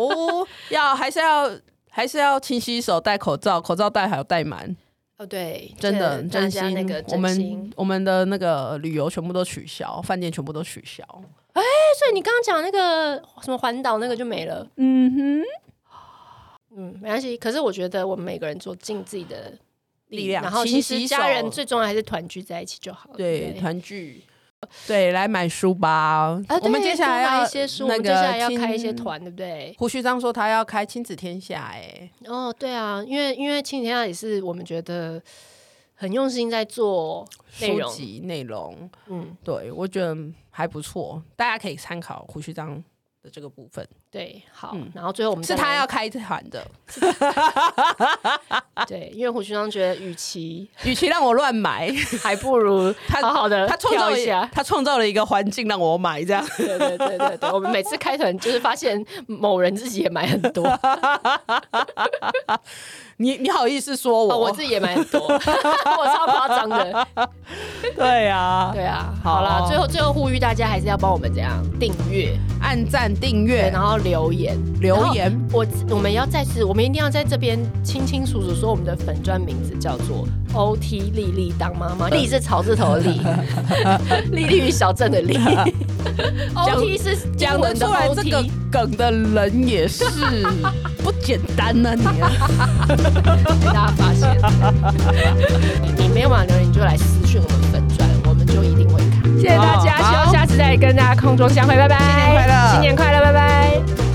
[SPEAKER 1] 要还是要还是要勤洗手、戴口罩，口罩戴好戴满，
[SPEAKER 3] 哦，对，
[SPEAKER 1] 真的
[SPEAKER 3] 这大
[SPEAKER 1] 真
[SPEAKER 3] 家
[SPEAKER 1] 心，
[SPEAKER 3] 那个真
[SPEAKER 1] 我
[SPEAKER 3] 心
[SPEAKER 1] 们我们的那个旅游全部都取消，饭店全部都取消，
[SPEAKER 3] 哎所以你刚刚讲那个什么环岛那个就没了，
[SPEAKER 1] 嗯哼。
[SPEAKER 3] 嗯，没关系。可是我觉得我们每个人做尽自己的
[SPEAKER 1] 力量
[SPEAKER 3] 然后
[SPEAKER 1] 勤
[SPEAKER 3] 其
[SPEAKER 1] 洗
[SPEAKER 3] 实
[SPEAKER 1] 手
[SPEAKER 3] 家人最重要还是团聚在一起就好了。
[SPEAKER 1] 对，
[SPEAKER 3] 不
[SPEAKER 1] 团聚。对，来买书吧。我们
[SPEAKER 3] 啊对
[SPEAKER 1] 接下
[SPEAKER 3] 多
[SPEAKER 1] 来
[SPEAKER 3] 买
[SPEAKER 1] 要
[SPEAKER 3] 一些书，
[SPEAKER 1] 那
[SPEAKER 3] 我们
[SPEAKER 1] 个
[SPEAKER 3] 接下来要开一些
[SPEAKER 1] 亲。
[SPEAKER 3] 团，对不对？
[SPEAKER 1] 胡须章说他要开亲子天下、哎，
[SPEAKER 3] 哦，对啊，因为因为亲子天下也是我们觉得很用心在做内
[SPEAKER 1] 书
[SPEAKER 3] 容，
[SPEAKER 1] 籍内容，
[SPEAKER 3] 嗯，
[SPEAKER 1] 对我觉得还不错，大家可以参考胡须章的这个部分，
[SPEAKER 3] 对，好
[SPEAKER 1] 嗯，
[SPEAKER 3] 然后最后我们
[SPEAKER 1] 是
[SPEAKER 3] 再来
[SPEAKER 1] 他要开团的。
[SPEAKER 3] 对，因为胡须章觉得，与其
[SPEAKER 1] 与其让我 乱买，
[SPEAKER 3] 还不如
[SPEAKER 1] 他
[SPEAKER 3] 好好的
[SPEAKER 1] 他创造了
[SPEAKER 3] 一 下。
[SPEAKER 1] 他创造了一个环境让我买，这样
[SPEAKER 3] 对对对对对，我们每次开团就是发现某人自己也买很多，
[SPEAKER 1] 你你好意思说我？
[SPEAKER 3] 哦，我自己也买很多， 我超夸张的。
[SPEAKER 1] 对啊，
[SPEAKER 3] 对啊，
[SPEAKER 1] 好
[SPEAKER 3] 好啦
[SPEAKER 1] 哦，
[SPEAKER 3] 最后最后呼吁大家还是要帮我们怎样订阅，
[SPEAKER 1] 按赞、订
[SPEAKER 3] 对，
[SPEAKER 1] 阅
[SPEAKER 3] 然、后留言。
[SPEAKER 1] 留言，
[SPEAKER 3] 我我们要再次，我们一定要在这边清清楚楚说我们的粉砖名字叫做 OT 丽丽当妈妈，丽是草字头的 丽，丽丽与小镇的丽，OT 是
[SPEAKER 1] 讲
[SPEAKER 3] 英
[SPEAKER 1] 得
[SPEAKER 3] 文的
[SPEAKER 1] 出来这个
[SPEAKER 3] OT。
[SPEAKER 1] 梗的人 也是不简单呢、你、啊
[SPEAKER 3] 被大家发现。你没有办法留言，你就来私讯我们粉砖，我们就一定会看。谢谢大家，
[SPEAKER 1] 好
[SPEAKER 3] 希望下次再跟大家空中相会，拜拜！
[SPEAKER 1] 新年快
[SPEAKER 3] 新
[SPEAKER 1] 乐
[SPEAKER 3] 年快乐，拜拜！